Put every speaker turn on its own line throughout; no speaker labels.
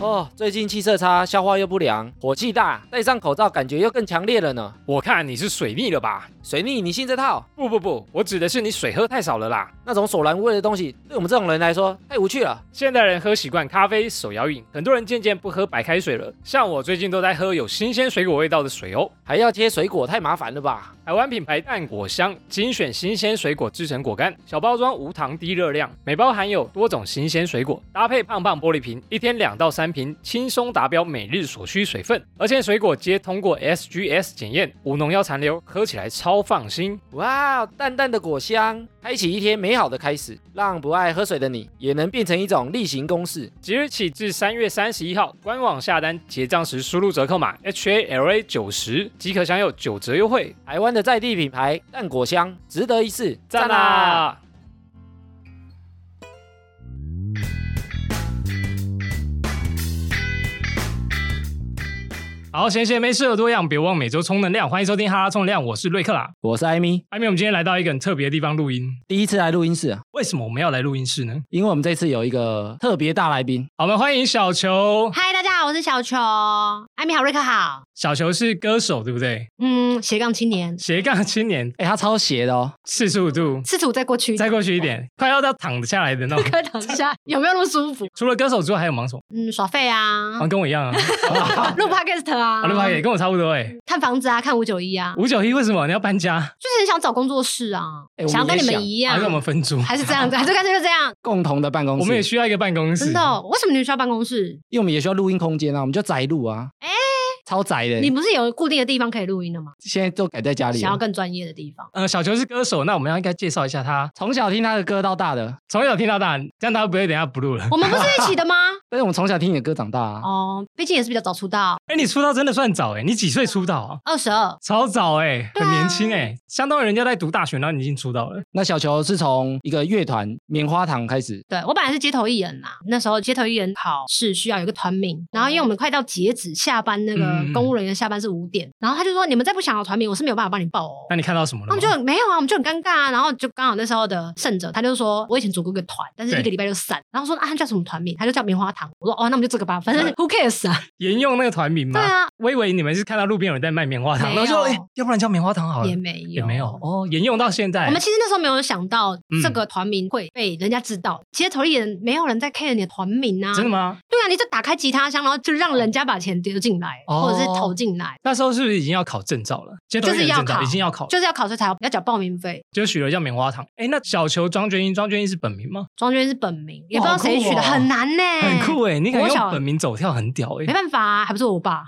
哦，最近气色差，消化又不良，火气大，戴上口罩感觉又更强烈了呢。
我看你是水逆了吧？
水逆，你信这套？
不不不，我指的是你水喝太少了啦。
那种索然无味的东西，对我们这种人来说太无趣了。
现代人喝习惯咖啡、手摇饮，很多人渐渐不喝白开水了。像我最近都在喝有新鲜水果味道的水哦。
还要切水果，太麻烦了吧？
台湾品牌淡果香精选新鲜水果制成果干，小包装无糖低热量，每包含有多种新鲜水果，搭配胖胖玻璃瓶，一天两到三瓶，轻松达标每日所需水分。而且水果皆通过 SGS 检验，无农药残留，喝起来超放心。
哇，淡淡的果香，开启一天美好的开始，让不爱喝水的你也能变成一种例行公事。
即日起至三月三十一号，官网下单结账时输入折扣码 HALA 九十，即可享有九折优惠。
台湾的在地品牌淡果香，值得一试，
赞！啦！好，闲闲没事有多样，别忘每周充能量。欢迎收听哈拉充能量，我是瑞克啦。
我是艾米，
艾米，我们今天来到一个很特别的地方录音。
第一次来录音室啊，
为什么我们要来录音室呢？
因为我们这次有一个特别大来宾，
好我们欢迎小球。
嗨，大家好，我是小球，艾米好，瑞克好，
小球是歌手，对不对？
嗯，斜杠青年，
斜杠青年，
哎，他超邪的哦，
四十五度，
四十五再过 去，
再过去一
哦
点，快要到躺得下来的那 种。
再躺一下，有没有那么舒服？
除了歌手之外，还有忙什么？
嗯，耍废啊
好，像跟我一样啊，
录 podcast 啊，
好了吧，也跟我差不多哎。
看房子啊，看五九一啊，
五九一为什么你要搬家？
就是很想找工作室啊，
哎我们
想要跟
也
你
想
们一样
还是，我们分租？
还是这样子，还是干脆就这样。
共同的办公室，
我们也需要一个办公室。
真的哦，为什么你们需要办公室？
因为我们也需要录音空间啊，我们就宅录啊，哎、
哎
超宅的，
你不是有固定的地方可以录音的吗？
现在都改在家里啊
想要
了。
更专业的地方，
呃，小球是歌手，那我们要应该介绍一下他。
从小听他的歌到大的，
从小听到大，这样他会不会等一下不 录了？
我们不是一起的吗？
但是我们从小听你的歌长大啊。
哦，毕竟也是比较早出道，
哎、你出道真的算早哎、你几岁出道啊？
二十二，
超早哎、
对啊
很年轻哎、相当于人家在读大学，然后你已经出道了。
那小球是从一个乐团棉花糖开始，
对我本来是街头艺人啦，那时候街头艺人考试需要有一个团名，然后因为我们快到截止下班，那个
哦嗯
公务人员下班是五点，然后他就说你们再不想要团名，我是没有办法帮你报哦。
那你看到什么了
那我
吗
们就？很没有啊，我们就很尴尬啊。然后就刚好那时候的胜者，他就说我以前组过一个团，但是
对
一个礼拜就散。然后说啊，他叫什么团名？他就叫棉花糖。我说哦，那我们就这个吧，反正 who cares 啊？
沿用那个团名吗？
对啊，
我以为你们是看到路边有人在卖棉花糖，
没
然后就
有
哎、要不然叫棉花糖好了，
啊也没
也
有，
没有。哦，沿用到现在。
我们其实那时候没有想到
嗯
这个团名会被人家知道，街头艺人没有人在 care 你的团名啊，
真的吗？
对啊，你就打开吉他箱，然后就让人家把钱丢进来，
哦
或者是投进来，
那时候是不是已经要考证照了？街头
就
艺
是
人
要
证照
考
已经要考了，
就是要考试才要要缴报名费。
就取了叫棉花糖。哎、那小球庄娟英，庄娟英是本名吗？
庄娟是本名，也
哇
不知道谁取
好
的，
酷哦
很难呢、
很酷哎、你敢
嗯国
用
小啊
本名走跳，很屌哎、
没办法、啊，还不是 我爸。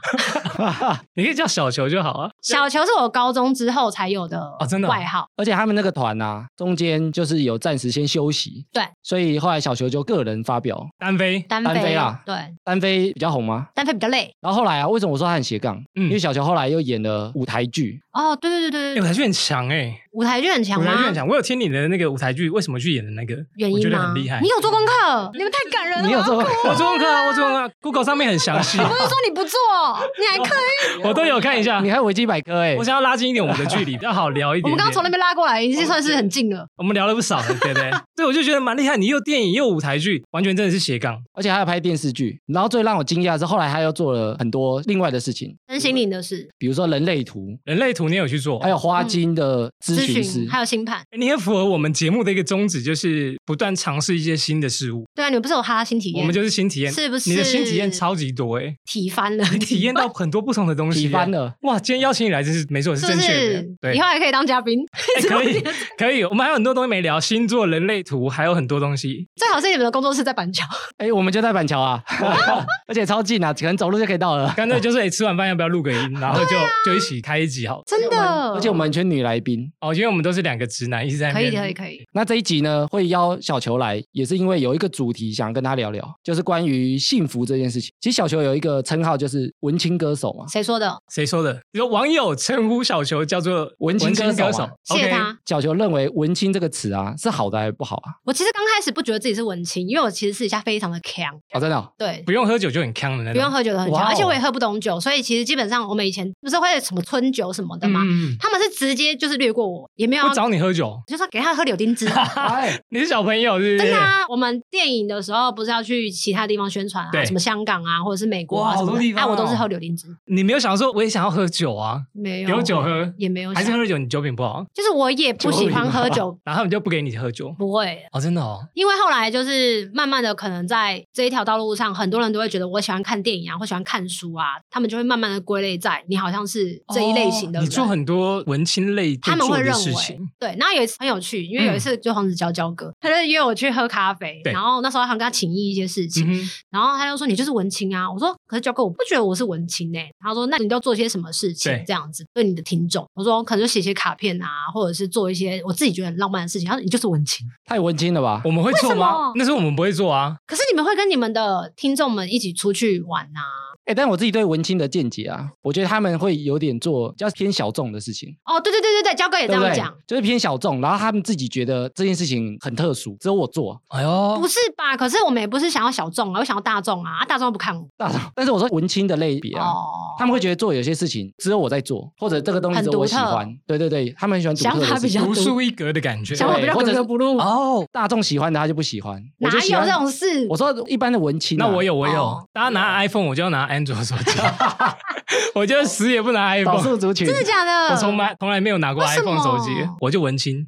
你可以叫小球就好啊。
小球是我高中之后才有的
哦真的哦
外号，
而且他们那个团啊，中间就是有暂时先休息，
对，
所以后来小球就个人发表，
单飞，啊
单
单飞
飞
啦
对，
单飞比较红吗？
单飞比较累。
然后后来啊，为什么我说他很斜杠？
嗯
因为小球后来又演了舞台剧，
哦，对对对
哎、
对
舞
对，
台剧很强哎、
舞台剧很强
舞台
吗
剧？很强。我有听你的那个舞台剧，为什么去演的那个，
原
我觉
因
得
吗？
很厉害。
你有做功课？你们太感人了！
你有做
我
过？
我做功课啊，我做功课啊，Google 上面很详 细，
不是说你不做，你
哦
还看？
我都有看一
啊
下
你。还有维基百科哎、
我想要拉近一点我们的 距离，比较好聊一点点。
我们刚刚从那边拉过来，已
哦
经算是很近了。
我们聊了不少了，对不对？ 对，我就觉得蛮厉害。你又电影又舞台剧，完全真的是斜杠。
而且还有拍电视剧。然后最让我惊讶的是，后来他又做了很多另外的事情，
身心灵的事，
比如说人类图，
人类图你有去做，
还有花精的咨询师。
还有星盘。
你也符合我们节目的一个宗旨，就是不断尝试一些新的事物。
对啊，你们不是有哈拉新体验？
我们就是新体验，
是不是
你的新体验超级多哎、
体翻了，
你体 验到很多不同的东西、欸
体翻。了，
哇，今天邀请你来，真是没错，是
是
正
不
确的。
是？
对，
以后还可以当嘉宾，
哎可以可以，我们还有很多东西没聊，星座、人类图，还有很多东西。
最好是你们的工作室在 板桥。
哎，我们就在板桥啊， 而且超近啊，可能走路就可以到了。
干脆就是，哎、吃完饭要不要录个音，然后就、
啊
就一起开一集好了。
真的，
而且我们全女来宾，
哦，因为我们都是两个直男，一直在那
可以
边
可以可以，
那这一集呢会邀小球来，也是因为有一个主题想跟他聊聊，就是关于幸福这件事情。其实小球有一个称号，就是文青歌手嘛。
谁说的？
谁说的？有网友称呼小球叫做
文青歌
歌
手啊
手，
谢谢
OK，
他。
小球认为“文青”这个词啊是好的还是不好啊？
我其实刚开始不觉得自己是文青，因为我其实私底下非常的强，
哦，真的哦、
对，
不用喝酒就很强的那种。
不用喝酒的很
哇
强，
哦
而且我也喝不懂酒，酒，所以其实基本上我们以前不是会有什么春酒什么的吗？
嗯，
他们是直接就是略过我，也没有
不
要
找你喝酒，
就说给他喝柳丁汁。
哎，
你是小朋友是不
真
是
的？啊，我们电影的时候不是要去其他地方宣传
对
啊，什么香港啊，或者是美国啊
哇
什么
好多地
的，
方
哎，我都
哦
是喝柳丁汁，
你没有想说我也想要喝酒啊？
没有
有酒喝，
也没有
还是
想，
喝酒你酒品不好，
就是我也不喜欢喝酒，
然后他们就不给你喝酒。
不会。
哦，真的哦，
因为后来就是慢慢的，可能在这一条道路上，很多人都会觉得我喜欢看电影啊，或喜欢看书啊，他们就会慢慢的归类在你好像是这一类型的
哦你
人。
做很多文青类
哦他们
做
会
的
认
事
为
情，嗯
对。然后有一次很有趣，因为有一次就黄子佼佼哥，他就约我去喝咖啡，
对
然后那时候还跟他请益一些事情，
嗯哼，
然后他就说你就是文青啊，我说可是焦哥我不觉得我是文青呢、欸他说那你都做些什么事情
对
这样子对你的听众？我说可能就写写卡片啊，或者是做一些我自己觉得很浪漫的事情。他说你就是文青，
太文青了吧？
我们会做
为什
吗
么？
那时候我们不会做啊。
可是你们会跟你们的听众们一起出去玩啊？
哎，但我自己对文青的见解啊，我觉得他们会有点做比较偏小众的事情，
哦，对对对对对，焦哥也这
对不
样
对
讲。？
就是偏小众，然后他们自己觉得这件事情很特殊，只有我做
哎呦
不，是吧？可是我们也不是想要小众啊，我想要大众啊，啊大众又不看我
大众。但是我说文青的类别啊，
哦，
他们会觉得做有些事情只有我在做，或者这个东西只有我喜
很独
欢。对对对，他们很喜欢独
想
特的
法
事
比
情
较
独
独
树一格的感觉。
想法比
对
较
或
格
者是
格不入，
哦，
大众喜欢的他就不喜欢，我
哪
就喜
有
欢
这？种事？
我说一般的文青啊、
那我有，我有
哦，
大家拿 iPhone，我就要拿安卓手 机， 我就死也不拿
少
iPhone。
数族 群，
真的假的？
我从来从来没有拿过
为什
iPhone
么
手机，我就文青，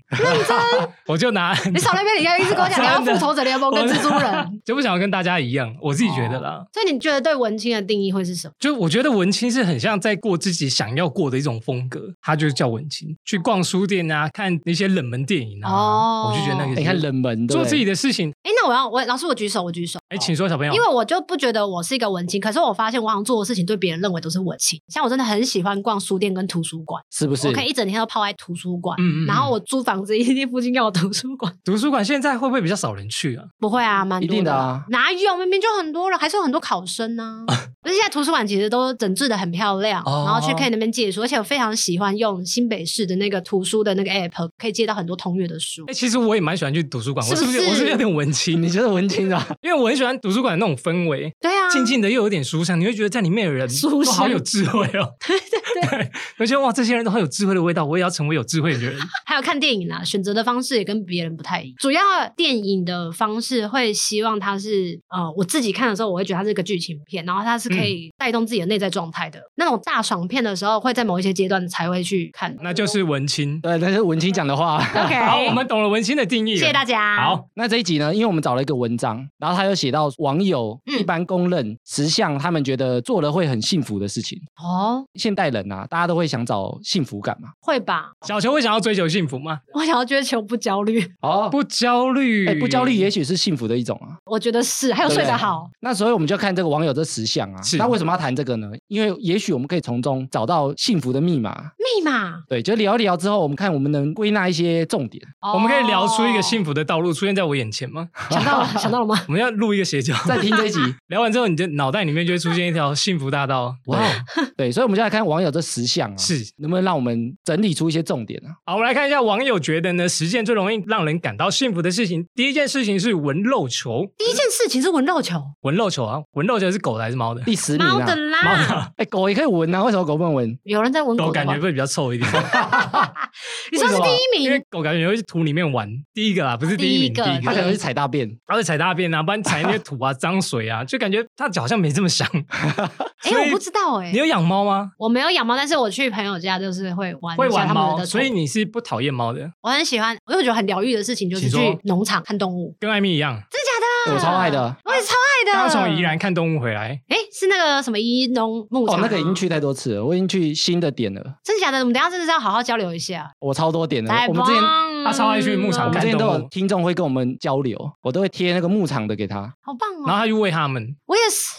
我就拿，
你少那边，你要一直跟我讲你要
真的
复仇者联盟跟蜘蛛人，
就不想跟大家一样，我自己觉得啦。
所以你觉得对文青的定义会是什么？
就我觉得文青是很像在过自己想要过的一种风格，它就是叫文青。去逛书店啊，看一些冷门电影啊，
哦
我就觉得那个
你看哎冷门的
做自己的事情。
哎、那我要我老师，我举手，我举手。
哎，请说，小朋友，
因为我就不觉得我是一个文青，可是我发现我好像做的事情对别人认为都是文青。像我真的很喜欢逛书店跟图书馆，
是不是
我？可以一整天都泡在图书馆。
嗯嗯嗯
然后我租房子，一定附近要有图书馆。
图书馆现在会不会比较少人去啊？
不会啊，蛮多
一定的
的
啊
哪有？明明就很多人，还是有很多考生呢、啊。而且现在图书馆其实都整治的很漂亮，
哦
然后去可以那边借书，而且我非常喜欢用新北市的那个图书的那个 app，可以借到很多同月的书
哎，。其实我也蛮喜欢去图书馆，我
是
是不
不
是
是
我是不是有点文 青
你？觉得文青啊？
因为我很喜欢图书馆那种氛围，
对啊，
静静的又有点书香，你会觉得在里面的人
书
都好
香
有智慧哦。对对对，我觉得哇，这些人都好有智慧的味道，我也要成为有智慧的人。
还有看电影啊啦，选择的方式也跟别人不太一样。主要电影的方式会希望它是呃，我自己看的时候，我会觉得它是一个剧情片，然后它是
嗯
可以带动自己的内在状态的。那种大爽片的时候，会在某一些阶段才会去看。
那就是文 青。
对，那是文青讲的话。
OK，
好，我们懂了文青的定义了。
谢谢大家。
好，
那这一集呢，因为我们找了一个文章，然后他又写到网友
嗯
一般公认十项他们觉得做了会很幸福的事情。
哦，
现代人啊，大家都会想找幸福感嘛。
会吧？
小球会想要追求幸福吗？
我想要追求不焦虑，
哦，
不焦虑，
哎，不焦虑也许是幸福的一种啊。
我觉得是，还有
对不
睡
对
啊
得好。
那所以我们就看这个网友这十项啊
是。
那为什么要谈这个呢？因为也许我们可以从中找到幸福的密码。
密码，
对，就聊一聊之后，我们看我们能归纳一些重 点。
我们可以聊出一个幸
福。
福的道路出现在我眼 前吗？
哦想 到了，想到了吗？
我们要录一个邪教，
在听 这一集，
聊完之后，你的脑袋里面就会出现一条幸福大道。
哇哦
对，
对，所以我们就来看网友这十项啊，
是
能不能让我们整理出一些重点啊？
好，我们来看一下网友觉得呢，十件最容易让人感到幸福的事情。第一件事情是闻肉球，
第一件事情是闻肉球，
闻肉球啊，闻肉球是狗的还是猫的？
第十名
猫
啊
的，啦，
哎，狗也可以闻啊，为什么狗不能闻？
有人在闻
狗
狗的
感
吗
觉会比较臭一 点，
你说是
为什么
第一
因为
名，
狗感觉会去土里面玩。第一个啦，不是第一名，
第一个
第一
它
个
可，能是踩大便。
它会踩大便啊，不然踩那些土啊、脏水啊，就感觉它好像没这么 香。
哎、
所以
我不知道哎、
你有养猫吗？
我没有养猫，但是我去朋友家就是会玩
会
一下
玩
他们
猫，
的宠物
所以你是不讨厌猫的，
我很喜欢，因为我觉得很疗愈的事情就是
请说
去农场看动物，
跟艾米一样，
啊
我超爱的。啊
我也超爱的。
刚刚从宜，兰看动物回来。
哎、是那个什么宜农牧
哦
场、，
那个已经，去太多次了，我已经去新的点了，
真的假的？我们等一下真的是要好好交流一下。
我超多点了
太。
我们
棒
之前
了，
他超爱去牧场
我们
看
之前都
动哦
有
物
听众会跟我们交流，我都会贴那个牧场的给他，
好棒
然
哦！
后他就喂它 们，
我也是，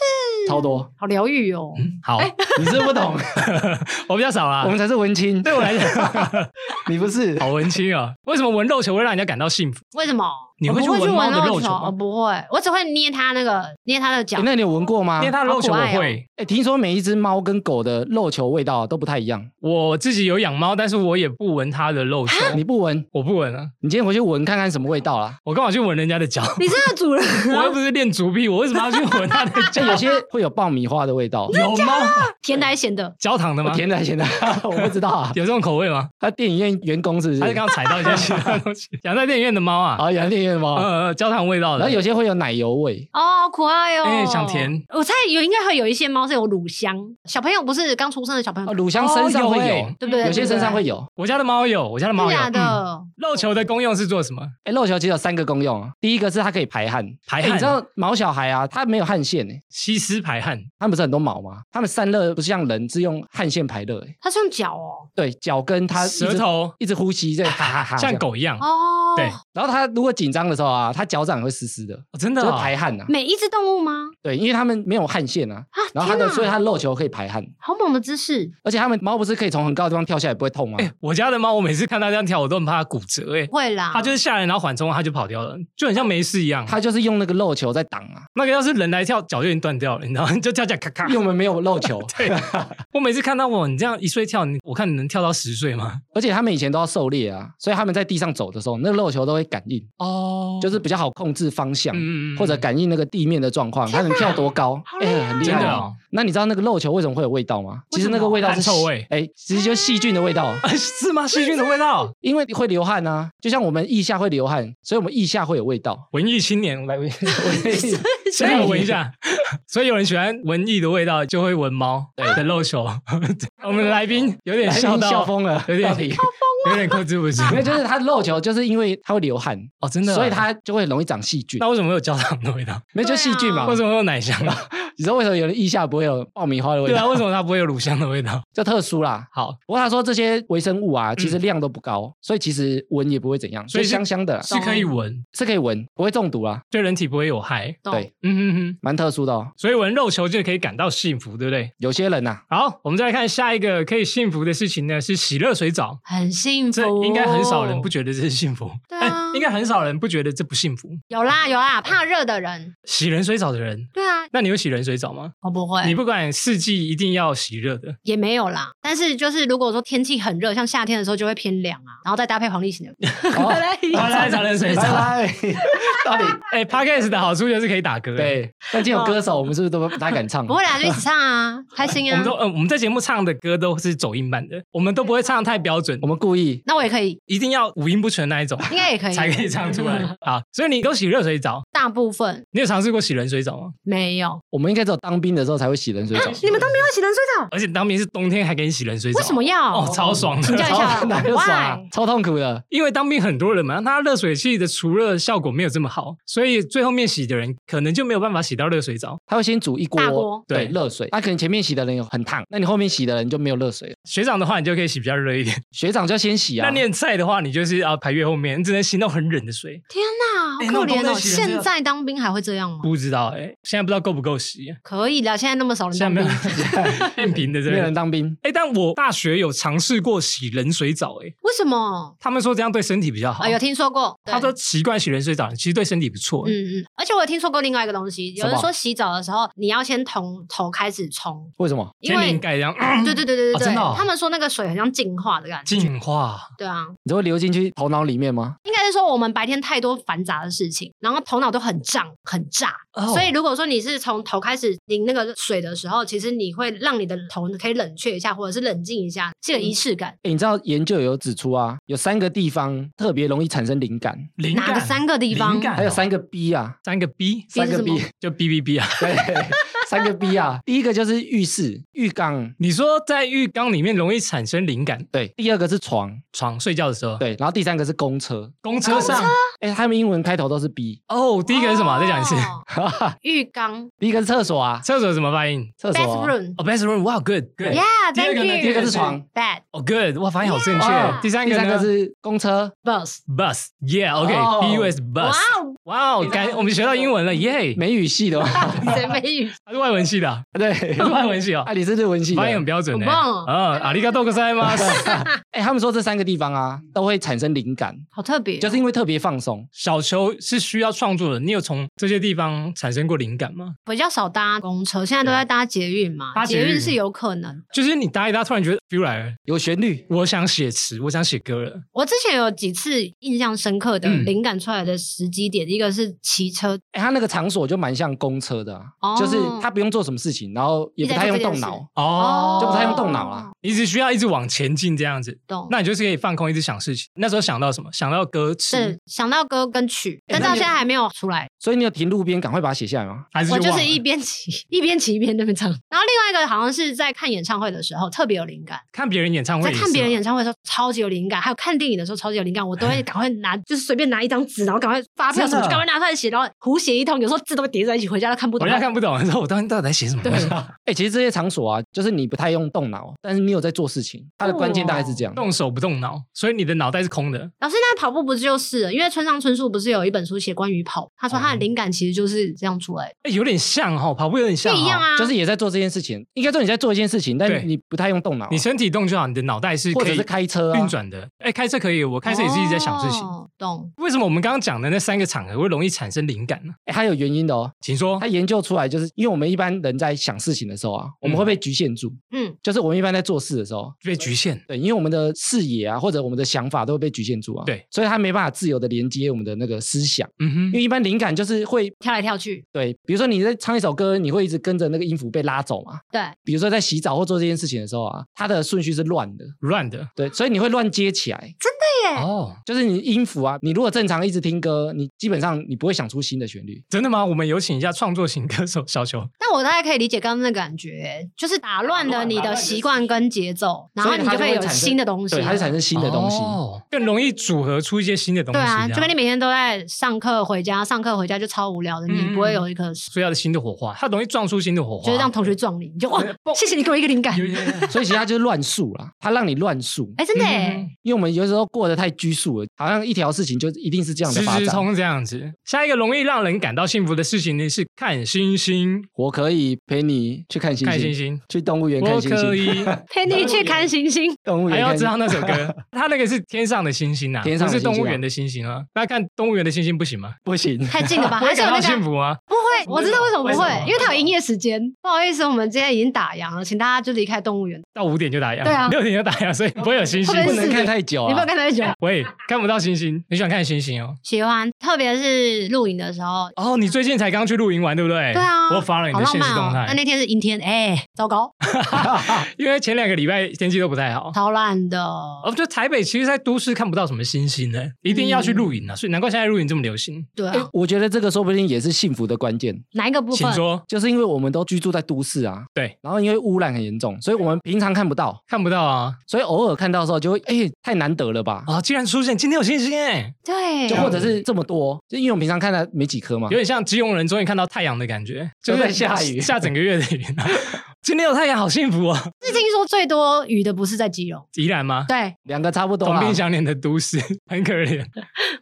嗯
超多。
好疗愈哦。
好，
你是不是不懂，
我比较少啦
我。们才是文青，
啊对我来讲，
你不是。
哦好文青啊！为什么闻肉球会让人家感到幸福？
为什么？
你
我
会
不
去
会去
闻猫的
肉
肉球
我
吗？
不会，我只会捏它那个捏它的脚
诶。那你有闻过吗？
捏
哎、
它的
好
肉球
可
我
爱哦
会，
听说每一只猫跟狗的肉球味道都不太一样，
我自己有养猫，但是我也不闻它的肉球，
你不闻，
我不闻啊，
你今天回去闻看看什么味道 啦。
我干嘛去闻人家的脚？
你真的主人
我
啊
又不是练足癖，我为什么要去闻 它的脚
就？有些会有爆米花的味道，
有吗？
甜的还是咸的？
焦糖的吗？
甜的还是咸的， 我不知道啊。
有这种口味吗？
他电影院员工是不是？
还是刚刚踩到一些其 他东西？养在电影院的猫啊，
啊，养电影院吗？
呃，焦糖味道
然后
的，
有些会有奶油味，
哦，好可爱哦！
哎想甜，
我猜有应该会有一些猫是有乳香，小朋友不是刚出生的小朋友
哦
啊，，乳香身上会
嗯哦有
有
欸，
对不对？啊
有些身上会
有，
有。
我家的猫有，我家的猫
真
有。
假
嗯
的？
肉球的功用是做什么？
哎，肉球其实有三个功用啊，第一个是它可以排汗，
排
欸
哎汗
你知道毛小孩啊，它没有汗腺哎，
吸湿排汗。
他们不是很多毛吗？他们散热不是像人是用汗腺排热哎，
它是用脚哦，
对，脚跟它一直
舌头
一直呼吸在哈哈 哈这
像
样。
狗一样，
哦，
对，
然后它如果紧张的时候啊，它脚掌也会湿湿的，
哦真
就
的
是
哦
排汗啊。
每一只动物吗？
对，因为它们没有汗腺啊，
啊，
然后它
天
的
哪
所以它的肉球可以排汗，
好猛的姿势，
而且它们猫不是可以从很高的地方跳下来不会痛吗？
哎，我家的猫，我每次看它这样跳，我都很怕它骨折。哎，
会啦，
它就是下来然后缓冲，它就跑掉了，就很像没事一样。
它就是用那个肉球在挡啊，
那个要是人来跳，脚就已经断掉了，你知道吗？ 就跳起来咔咔
因。为我们没有肉球。
啊对，我每次看到我你这样一岁跳，你我看你能跳到十岁吗？
而且他们以前都要狩猎啊，所以他们在地上走的时候，那个肉球都会感应，
哦
就是比较好控制方向，
嗯嗯嗯
或者感应那个地面的状况，它能跳多高，哎、很厉
真
害
的哦
那你知道那个肉球为什么会有味道吗？其实那个味道是
汗臭味
哎、其实就是细菌的味 道，
是吗？细菌的味道。
因为你会流汗啊，就像我们腋下会流汗，所以我们腋下会有味道。
文艺青年，我来闻，
所
所
以
以我闻一下。所以有人喜欢文艺的味道，就会闻猫的肉球。 我们来宾有点哎笑到
哎笑，疯了，
有点
到底
有点控制不住。
没有，就是它肉球，就是因为它会流汗，
哦，真的啊，
所以它就会容易长细菌
那，为什么会有焦糖的味道？
没有就细菌嘛。
为什么会有奶香？啊
你知道为什么有人腋下不会有爆米花的味
对啊，
道？
为什么它不会有乳香的 味道？
就特殊啦。
好，
不过他说这些微生物啊，其实量都不高，所以其实闻也不会怎样，
嗯所
所
以
以
是
香香的啦
是可以闻，
是可以闻，不会中毒啊。
对人体不会有害。
懂
对，
嗯哼哼，
蛮特殊的哦。
所以闻肉球就可以感到幸福，对不对？
有些人 呐、啊，
好，我们再来看下一个可以幸福的事情呢，是洗热水澡。
很幸
这
福，
应该很少人不觉得这是幸福，
哦对啊
哎应该很少人不觉得这不幸福。
有啦有啦，怕热的人，
洗冷水澡的人，
对啊，
那你有洗冷水澡吗？
我不
你
会，
不管四季一定要洗热的，
也没有啦。但是就是如果说天气很热，像夏天的时候就会偏凉啊，然后再搭配黄 立行的，
好
再来一
然后
首
来找冷水
拜
澡。
拜。到底
哎，Podcast 的好处就是可以打歌。，
对，那这种歌手，我们是不是都不太敢唱？
哦不会啦，就一起唱啊，开心
我
啊
们都，嗯，我们在节目唱的歌都是走音版的，我们都不会唱得太标准
我，们故意
那我也可以，
一定要五音不全那一种
应该也可以，
才可以唱出来。好，所以你都洗热水澡，
大部分
你有尝试过洗冷水澡吗？
没有。
我们应该只有当兵的时候才会洗冷水澡。
你们都没有洗冷水澡，
而且当兵是冬天还给你洗冷水澡，
为什么要？
哦，超爽的
请。教一 下
超哪有爽啊
Why？
超痛苦的。
因为当兵很多人嘛，他热水器的除热效果没有这么好，所以最后面洗的人可能就没有办法洗到热水澡。
他会先煮一
大
锅
锅
对
对
热水，那、可能前面洗的人有很烫，那你后面洗的人就没有热水了。
学长的话，你就可以洗比较热一点；
学长就先洗啊。
那你很菜的话，你就是要排越后面，你只能洗那种很冷的水。
天哪，好
哎那
可
我冬
怜哦！
天洗冷水澡
现在当兵还会这样吗？
不知道哎、现在不知道够不够洗，
可以啦，现在那么少人
现在
当
没
兵
有， 变平的这
没有人
边。
当兵，
哎、但我大学有尝试过洗冷水澡、哎，
为什么？
他们说这样对身体比较好。
啊，有听说过？对
他说习惯洗冷水澡，其实对身体不错、哎
嗯嗯，而且我有听说过另外一个东西，有
什
人
么
说洗澡的时候你要先从头开始冲，
为什么？
因
天灵
为
盖这样、
对对对对对
哦真
对，
的哦
他们说那个水很像净化的感觉。
净化。
对啊，
你就会流进去头脑里面吗？
应该是说我们白天太多繁杂的事情，然后头脑都很胀很炸，
哦
所以如果说你是从头开始淋那个水的时候，其实你会让你的头可以冷却一下，或者是冷静一下，是有仪式感。
欸你知道研究有指出啊，有三个地方特别容易产生灵感，
灵
哪个
嗯感
三个地方
灵？感哦
还有三个 B 啊，
三个 B，
B
三
是
个
什么
B，
就 B B B 啊。
对，三个 B 啊。第一个就是浴室、浴缸，
你说在浴缸里面容易产生灵感，
对。第二个是床，
床睡觉的时候，，
对。然后第三个是公车，
公车上，
哎、他们英文开头都是 B。
哦，第一个是什么？再讲一次，
哦浴缸
第一个是厕所啊，
厕所怎么发音？
厕所、啊。
，bathroom。
哦，best room，哇，good，good，第二个
Yeah，thank you
呢
bed。
第二个
是床
bed
哦，good，哇，发音好正
哦
确。第三个
第三
呢
个是公车，
bus。
bus，yeah，OK，
哦
B U S
哇
bus，
哦，
哇哦，感我们学到英文了，耶！
美语系的吗？
谁美语？
他是外文系的啊，
对
他，是外 文系哦
啊，，你是日文系的。
发音很
哎、
标准呢。
好棒哦
啊，阿里嘎多哥塞吗？
他们说这三个地方啊，都会产生灵感，
好特别哦，
就是因为特别放松。
小球是需要创作的，你有从这些地方产生过灵感吗？
比较少搭公车，现在都在搭捷运嘛，
搭捷
捷
运
运是有可能。
就是你搭一搭，突然觉得 feel 来了，
有旋律，
我想写词，我想写歌了。
我之前有几次印象深刻的
嗯
灵感出来的时机点，一个是骑车，
哎、它那个场所就蛮像公车的、啊，
哦
就是它不用做什么事情，然后也不太用动脑，
哦，
就不太用动脑啊啦。
你只需要一直往前进这样子，
懂？
那你就是可以放空，一直想事情。那时候想到什么？想到歌
是
词，
想到歌跟曲，
哎
但
那
到
你
现在还没有出来。
所以你有停路边，赶快把它写下来吗？
还是
我就
忘
是
了
一边骑一边骑一边那边唱。然后另外一个好像是在看演唱会的时候特别有灵感，
看别人演唱会
在
也是吗，
看别人演唱会的时候超级有灵感，还有看电影的时候超级有灵感，我都会赶快拿，就是随便拿一张纸，然后赶快发票
哎真
什么
的
就赶快拿出来写，然后胡写一通，有时候字都会叠在一起，回家都看不
我
懂
现。在看不懂，说我当时到底在写什么东西？
哎、其实这些场所啊，就是你不太用动脑，但是你有在做事情，它的关键大概是这样。
动手不动脑，所以你的脑袋是空的。
老师，那跑步不就是了？因为村上春树不是有一本书写关于跑，他说他
哦
的灵感其实就是这样出来的，
哎，有点像哈，跑步有点
不
像，
一样。啊。
就是也在做这件事情，应该说你在做一件事情，
对
但你不太用动脑啊、
你身体动就好，你的脑袋是
或
可
者
以
是开车、啊、
运转的。哎，开车可以，我开车也是一直在想事情。
哦懂？
为什么我们刚刚讲的那三个场合会容易产生灵感呢？
哎，它有原因的哦。
请说
它。研究出来，就是因为我们一般人在想事情的时候
嗯
啊，我们会被局限住。
嗯，
就是我们一般在做事的时候，
被局限，
对，因为我们的视野啊，或者我们的想法都会被局限住啊。
对，
所以它没办法自由的连接我们的那个思想。
嗯
因为一般灵感就是会
跳来跳去，
对，比如说你在唱一首歌，你会一直跟着那个音符被拉走嘛。
对，
比如说在洗澡或做这件事情的时候啊，它的顺序是乱的，
哼，乱的
对，所以你会乱接起来。哎
对
哦，
就是你音符啊，你如果正常一直听歌，你基本上你不会想出新的旋律。
真的吗？我们有请一下创作型歌手小球，
但我大概可以理解刚刚那感觉，就是打乱了你的习惯跟节奏，然后
所以
你
它
就
就
会有
产生
新的东西，
对，它就产生新的东西。
哦，更容易组合出一些新的东西
对
这
啊，
样。
就跟你每天都在上课回家，上课回家就超无聊的，
嗯
你不会有一个，就
所以要的新的火花，它容易撞出新的火花，
是让同学撞你，你就哇
对蹦，
谢谢你给我一个灵感，
有一点
所以其实它就是乱数啦，它让你乱数。
哎，真的耶，
嗯
因为我们有时候过得太拘束了，好像一条事情就一定是这样的
直
发
直
展。
通这样子。下一个容易让人感到幸福的事情呢是看星星，
我可以陪你去看星
看星
星，
星，
去动物园看
我
星
可
星，
以。
陪你去看星星，
动物园
还要
看
知
星
道那首歌，它那个是天上的星星啊，
天上
不
的
是
星星啊
动物园的星星啊。那看动物园的星星不行吗？
不行。
太近了吧？
不会
啊还是有
感
那
到
个
幸福啊吗？
不会，我知道为什么不
为
会
什么，
因为它有营业时间。不好意思，我们今天已经打烊了，请大家就离开动物园。
到五点就打烊，
对啊
六点就打烊，所以不会有星星
会。
不
会
能
是
看太久
哦
你不要
啊！
跟他讲，
喂，看不到星星，你喜欢看星星哦？
喜欢，特别是露营的时候。
哦，你最近才刚去露营玩，对不对？
对啊，
我发了你
好
的
浪
现
漫
实
哦
动。态
但，那天是阴天，哎，糟糕，
因为前两个礼拜天气都不太好。
超烂的。
哦，就台北其实，在都市看不到什么星星呢，一定要去露营啊，所以难怪现在露营这么流行。
对
哎
啊，
我觉得这个说不定也是幸福的关键，
哪一个部
请
分？
说，
就是因为我们都居住在都市啊，
对，
然后因为污染很严重，所以我们平常看不到，
看不到啊
所以偶尔看到的时候就会，哎，太难得了吧？
啊！竟然出现，今天有星星哎，
对啊
就，或者是这么多，就因为我们平常看的没几颗嘛
有。点像基隆人终于看到太阳的感觉，就
都在
是
下雨
下整个月的雨啊。 今天有太阳，好幸福哦！
是听说最多雨的不是在基隆，
宜兰吗？
对，
两个差不多
同
啦。
病相怜的都市， 很可怜。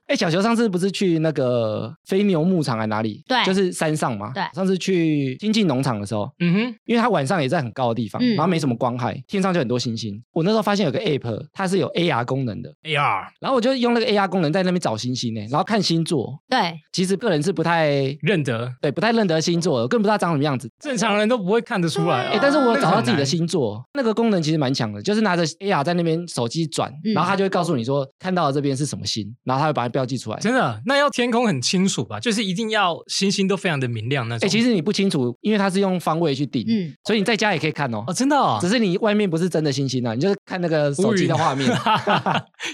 哎，小球上次不是去那个飞牛牧场还哪里？
对
就是山上嘛。
对
上次去经济农场的时候，
嗯哼，
因为它晚上也在很高的地方，
嗯
然后没什么光害，天上就很多星星。我那时候发现有个 app，它是有 AR 功能
哎
的，
AR
然后我就用那个 AR 功能在那边找星星呢、然后看星座。
对，
其实个人是不太
认得，
对，不太认得星座的，我更不知道长什么样子。
正常人都不会看得出来啊。
哎，但是我找到自己的
星，
星座，那个功能其实蛮强的，就是拿着 AR 在那边手机转，
嗯
然后它就会告诉你说看到的这边是什么星，然后它会把它标记出来。
真的，那要天空很清楚吧？就是一定要星星都非常的明亮那
哎、
种。
其实你不清楚，因为它是用方位去定，
嗯，
所以你在家也可以看哦。
哦，真的 哦
只，是你外面不是真的星星啊，你就是看那个手机的画面。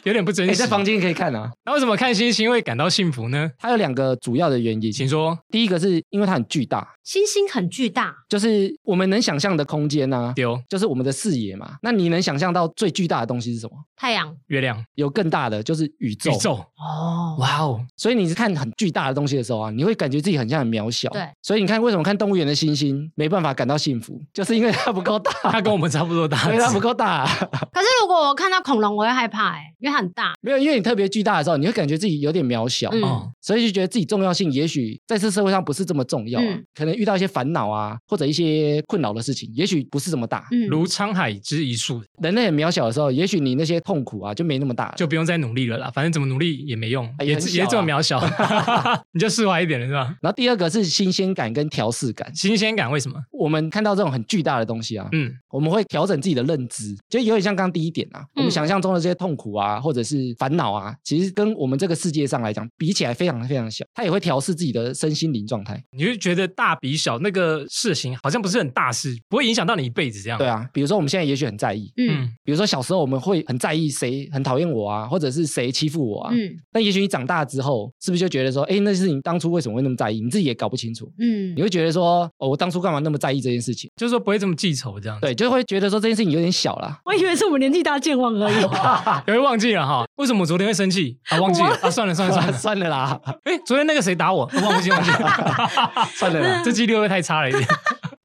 有点不真
你、
实。
在房间可以看啊。
那为什么看星星会感到幸福呢？
它有两个主要的原因，
请说。
第一个是因为它很巨大，
星星很巨大，
就是我们能想象的空间啊，
丢
就是我们的视野嘛。那你能想象到最巨大的东西是什么？
太阳
月亮、
有更大的就是宇宙。
宇宙，
哦，
哇哦，
所以你是看很巨大的东西的时候啊，你会感觉自己很像很渺小。
对，
所以你看为什么看动物园的猩猩没办法感到幸福，就是因为它不够大，
他跟我们差不多大，
因为它不够大、
可是如果我看到恐龙，我会害怕哎、因为它很大。
没有，因为你特别巨大的时候，你会感觉自己有点渺小。
嗯
哦，
所以就觉得自己重要性也许在这社会上不是这么重要、啊，
嗯
可能遇到一些烦恼啊，或者一些困扰的事情，也许不是这么大。
嗯，
如沧海之一粟，
人类很渺小的时候，也许你那些痛苦啊就没那么大了。
就不用再努力了啦。反正怎么努力也没用，
哎
也
很
只
小
也
啊
这么渺小， 你就释怀一点了是吧？
然后第二个是新鲜感跟调试感，
新鲜感为什么？
我们看到这种很巨大的东西啊，
嗯，
我们会调整自己的认知，就有点像刚刚第一点啊，我们
嗯
想象中的这些痛苦啊，或者是烦恼啊，其实跟我们这个世界上来讲比起来非常非常小，它也会调试自己的身心灵状态。
你就觉得大比小那个事情好像不是很大事，不会影响到你一辈子这样。
对，啊，比如说我们现在也许很在意，
嗯
嗯，
比如说小时候我们会很在意谁很讨厌我啊，或者是谁欺负我啊，
嗯
但也许你长大之后，是不是就觉得说，哎，那是你当初为什么会那么在意，你自己也搞不清楚。
嗯
你会觉得说，哦，我当初干嘛那么在意这件事情？
就是说不会这么记仇这样。，
对，就会觉得说这件事情有点小啦。，
我以为是我们年纪大健忘而已。
哎有会忘记了哈？为什么我昨天会生气啊？忘记了啊？算了算了算 了
算了啦，
哎，昨天那个谁打我？啊忘 记忘记，
算了啦。
这几率会不会太差了一 点？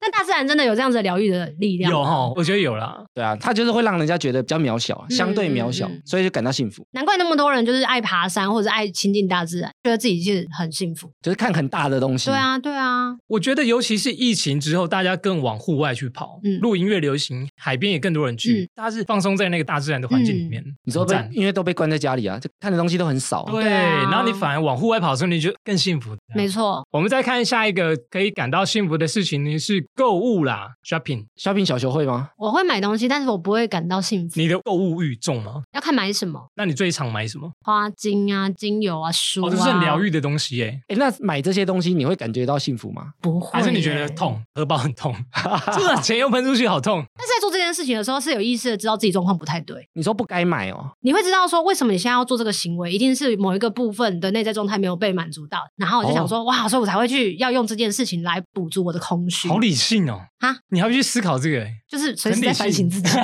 但大自然真的有这样子的疗愈的力量，
有哈，我觉得有啦。
对啊，它就是会让人家觉得比较渺小，啊相对渺小，
嗯嗯嗯
所以就感到幸福。
难怪那么多人就是爱爬山或者爱亲近大自然，觉得自己是很幸福。
就是看很大的东西。
对，啊，对啊，
我觉得，尤其是疫情之后，大家更往户外去跑，
嗯
露营越流行，海边也更多人去，
嗯
大家是放松在那个大自然的环境里面。
你说被
很赞
因为都被关在家里啊，就看的东西都很少啊、
对，
对啊
然后你反而往户外跑的时候，你就更幸福。
没。错，
我们再看下一个可以感到幸福的事情呢，是购物啦，shopping。
shopping 小球会吗？
我会买东西，但是我不会感到幸福。
你的购物欲重吗？
要看买什么，
那你最常买什么？
花精啊、精油啊、书
哦，
啊，
这是很疗愈的东西耶、
哎，那买这些东西你会感觉到幸福吗？
不会耶，
还是你觉得痛，荷包很 痛， 真的钱又喷出去，好痛。
但是在做这件事情的时候，是有意识的知道自己状况不太对，
你说不该买哦，
你会知道说为什么你现在要做这个行为，一定是某一个部分的内在状态没有被满足到，然后我就
哦
想说，哇，所以我才会去要用这件事情来补足我的空虚，
好理性哦，
啊，
你还会去思考这个、欸，
就是随时
很理
在反
性
省自 己。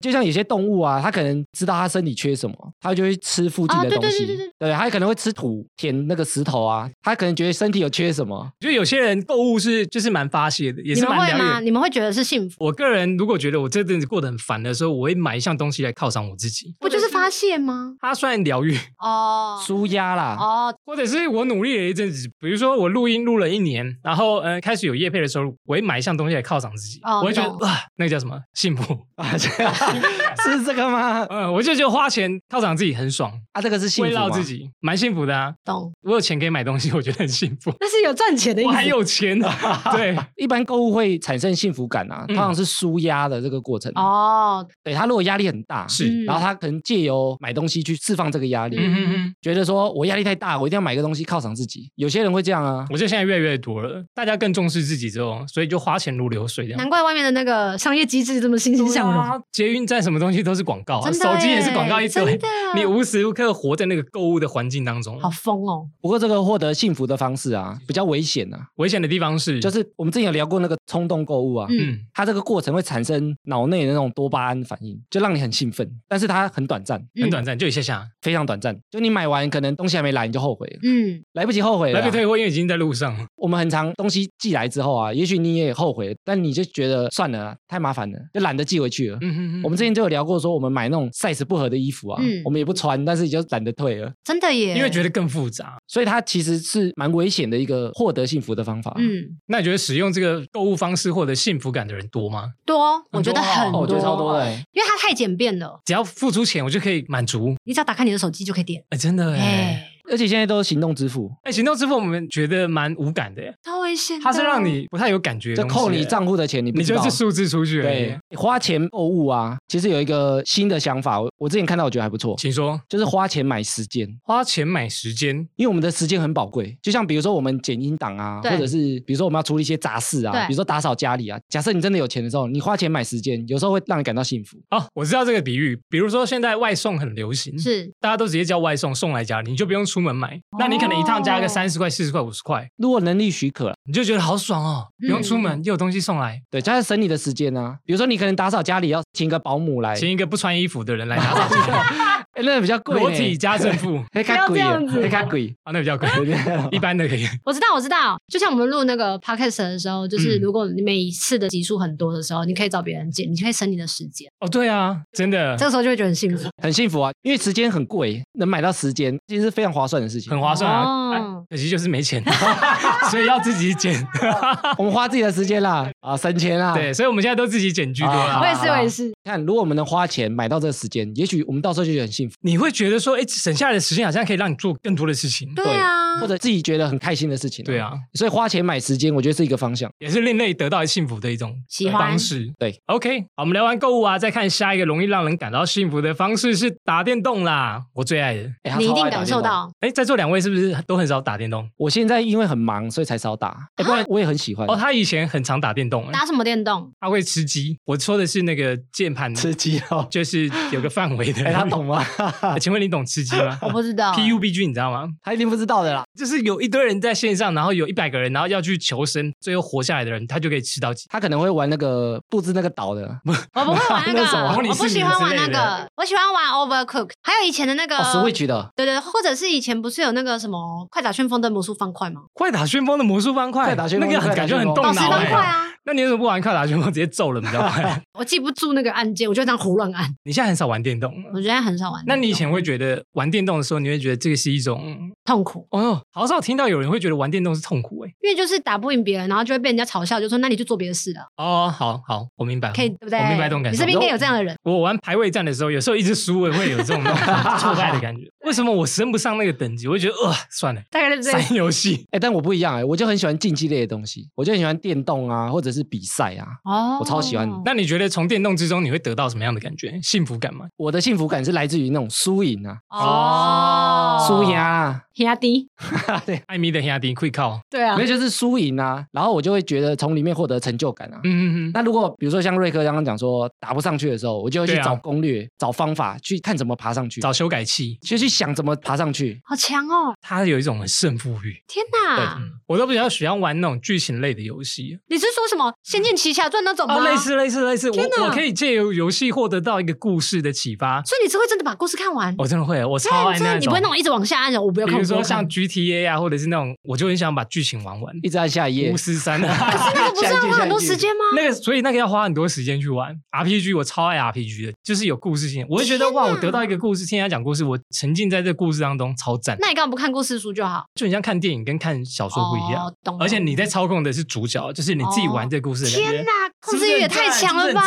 就像有些动物啊，它可能知道它身体缺什么，它就会吃附近
啊
的
对
东
对
西，
对对对
它可能会吃土填那个石头啊，它可能觉得身体有缺什么，
就有些人购物是就是蛮发泄的，也
你
是
们
蛮
会
疗愈
吗？
的。
你们会觉得是幸福，
我个人如果觉得我这阵子过得很烦的时候，我会买一项东西来犒赏我自己，
不就是发泄吗？
它算疗愈，
哦
舒压啦。
哦，
或者是我努力了一阵子，比如说我录音录了一年，然后嗯、呃开始有业配的时候，我会买一项东西来犒赏自己，
哦
我会觉得
懂
哇，那个叫什么幸福，
啊，这样是这个吗？
嗯，我就觉得花钱犒赏自己很爽，
啊，这个是幸
慰
福
劳
吗
自己，蛮幸福的啊。
懂，
我有钱可以买东西，我觉得很幸 福。
那是有嗯赚钱的
我还有钱，啊 对，
一般购物会产生幸福感啊，通
嗯
常是舒压的这个过程。哦，
哦，
对他如果压力很大，
是
嗯
然后他可能借由买东西去释放这个压力，
嗯嗯嗯。
觉得说我压力太大，我一定要买个东西犒赏自己。有些人会这样啊，
我觉得现在越来越多了，大家更重视自己之后，所以就花钱如流水这样
难。怪外面的那个商业机制这么欣欣向荣。
对啊捷运站什么东西都是广告、啊，
真的
手机也是广告
耶
一堆
真的，
你无时无刻活在那个购物的环境当中。
好疯哦！
不过这个获得幸福的方式啊，比较危险啊。
危险的地方是，
就是我们之前有聊过那个冲动购物啊，
嗯
嗯，
它这个过程会产生脑内的那种多巴胺反应，就让你很兴奋，但是它很短暂，
嗯
很短暂，就一下下，
非常短暂。就你买完可能东西还没来，你就后悔了，
嗯，
来不及后悔了
来
啊。
不退货，因为已经在路上了。
我们很常东西寄来之后啊，也许你也后悔了，但你就觉得算了啊，太麻烦了，就懒得寄回去了。
嗯嗯
我们之前就有聊过，说我们买那种 size 不合的衣服啊，
嗯
我们也不穿，但是也就懒得退了。
真的耶，
因为觉得更复杂，
所以它其实是蛮危险的一个获得幸福的方法。
嗯
那你觉得使用这个购物方式获得幸福感的人多吗？
多，
多啊
我觉得很
哦，
多，
我觉得超多的、欸。
因为它太简便了，
只要付出钱，我就可以满足。
你只要打开你的手机就可以点。
哎，真的哎，
哎，
而且现在都是行动支付，
哎，行动支付我们觉得蛮无感的耶，
超危险的，
它是让你不太有感觉的
就
东西耶，
扣你账户的钱，你不
你
知道
就是数字出去而已
对。花钱购物啊，其实有一个新的想法，我我之前看到我觉得还不错，
请说，
就是花钱买时间。
花钱买时间，
因为我们的时间很宝贵，就像比如说我们剪音档啊，
对
或者是比如说我们要处理一些杂事啊，
对
比如说打扫家里啊。假设你真的有钱的时候，你花钱买时间，有时候会让你感到幸福。
哦，我知道这个比喻，比如说现在外送很流行，
是哦
大家都直接叫外送送来家里，你就不用出门买，那你可能一趟加个三十块、四十块、五十块，
如果能力许可，
你就觉得好爽哦，不
嗯
用出门、又有东西送来，
对，加上省你的时间啊。比如说你可能打扫家里要请个保姆来，
请一个不穿衣服的人来打扫家里，
哎、哎，那个比较贵呢，
裸体加正负
那较
不
贵
要这
耶
样，子
那较 贵。
啊，那比较贵，一般的可以。
我知道，我知道，就像我们录那个 podcast 的时候，就是
嗯
如果你每一次的集数很多的时候，你可以找别人剪，你可以省你的时间，
哦，对啊，真的
这个时候就会觉得很幸福。
很幸福啊，因为时间很贵，能买到时间其实是非常划算的事情
很。划算啊，
哦
啊可惜就是没 钱，所以要自己剪。
我们花自己的时间啦，啊，省钱啦。
对，，所以我们现在都自己剪居多
啊
我
啦。
也是，我也是，
看如果我们能花钱买到这个时间，也许我们到时候就觉得很幸福，
你会觉得说，哎，省下来的时间好像可以让你做更多的事情。
对啊
或，者自己觉得很开心的事情。
对，啊，
所以花钱买时间，我觉得是一个方向。
也是另类得到幸福的一种
喜欢
方式。
对
，OK，好，我们聊完购物啊，再看下一个容易让人感到幸福的方式是打电动啦，我最爱的。
哎他
你一
超
定
爱打
感
电
受
动
到。
哎，在座两位是不是都很少打电动？
我现在因为很忙，所以才少打。哎、
啊
不然我也很喜欢。
哦，他以前很常打电动，哎
打什么电动？
他会吃鸡。我说的是那个键盘，
吃鸡 哦。
就是有个范围的。
哎、他懂吗？
哎请问你懂吃 鸡吗
我不知
啊
道。
？PUBG 你知道吗？
他一定不知道的啦。
就是有一堆人在线上，然后有一百个人，然后要去求生，最后活下来的人，他就可以吃到鸡。
他可能会玩那个布置那个岛 的。
我不会玩那
那什么
个，
模拟
我不
市
喜
民
欢
之
玩那
类
个
的，
我喜欢玩 Overcook，还有以前的那个、
嗯
哦，Switch 的，
对对，或者是以前不是有那个什么快打旋风的魔术方块吗？
快打旋风的魔术方块，
快打旋风
那个
快打
很感觉
旋
很
风
动
宝
脑、哎
哪
石方
位
块啊，
那你为什么不玩快打旋风，直接揍人比较快？啊
我记不住那个按键，我就这样胡乱按。
你现在很少玩电动了
我。现在很少玩那
那
种。
你以前会觉得玩电动的时候，你会觉得这个是一种
痛苦，
哦哟，好少听到有人会觉得玩电动是痛苦哎、
因为就是打不赢别人，然后就会被人家嘲笑，就说那你去做别的事了，啊
哦，好好，我明白，
可以对不对？
我明白这种感
你
觉。
身边应该有
我
这样的人，
我玩排位战的时候，有时候一直输，我也会有这种 挫败的感觉。为什么我升不上那个等级？我就觉得，呃，算了，
大概是这样。
删游戏。
哎、但我不一样哎、我就很喜欢竞技类的东西，我就很喜欢电动啊，或者是比赛啊。
哦
我超喜欢
那你觉得从电动之中你会得到什么样的感觉？幸福感吗？
我的幸福感是来自于那种输赢啊，
哦，
输赢啊，
压低，
对，
艾米的兄弟 quick call，
对啊
没有就是输赢啊，然后我就会觉得从里面获得成就感啊。
嗯嗯嗯，
那如果比如说像瑞克刚刚讲说打不上去的时候，我就会去
对啊
找攻略、找方法，去看怎么爬上去，
找修改器，
就去想怎么爬上去。
好强哦！
它有一种很胜负欲。
天
对嗯
哪，，
我都比较喜欢玩那种剧情类的游戏
你是说什么《仙剑奇侠传》那种吗？
啊，类似类似类似，
天哪
我我可以借由游戏获得到一个故事的启发。
所以你是会真的把故事看完？
我真的会，我
真的
超爱
真的
那
你不
种
会。那种一直往下按的，我不要
比如
看。我
说
不要看
像 GTA 啊，或者是那种，我就很想把剧情玩完。
一直按下一页
巫，师三
可
啊，
是 那个不是要花很多时间吗？
那个，所以那个要花很多时间去玩 RPG，我超爱 RPG 的，就是有故事性，我会觉得哇，我得到一个故事，听人家讲故事，我沉浸在这故事当中，超赞，
那你干嘛不看故事书就好？
就很像看电影跟看小说不一样，
哦，懂。哦
而且你在操控的是主角，就是你自己玩这个故事的感觉。
天哪，控
是不
制
是
欲也
很
太
赞
强
是不是
了
很
吧！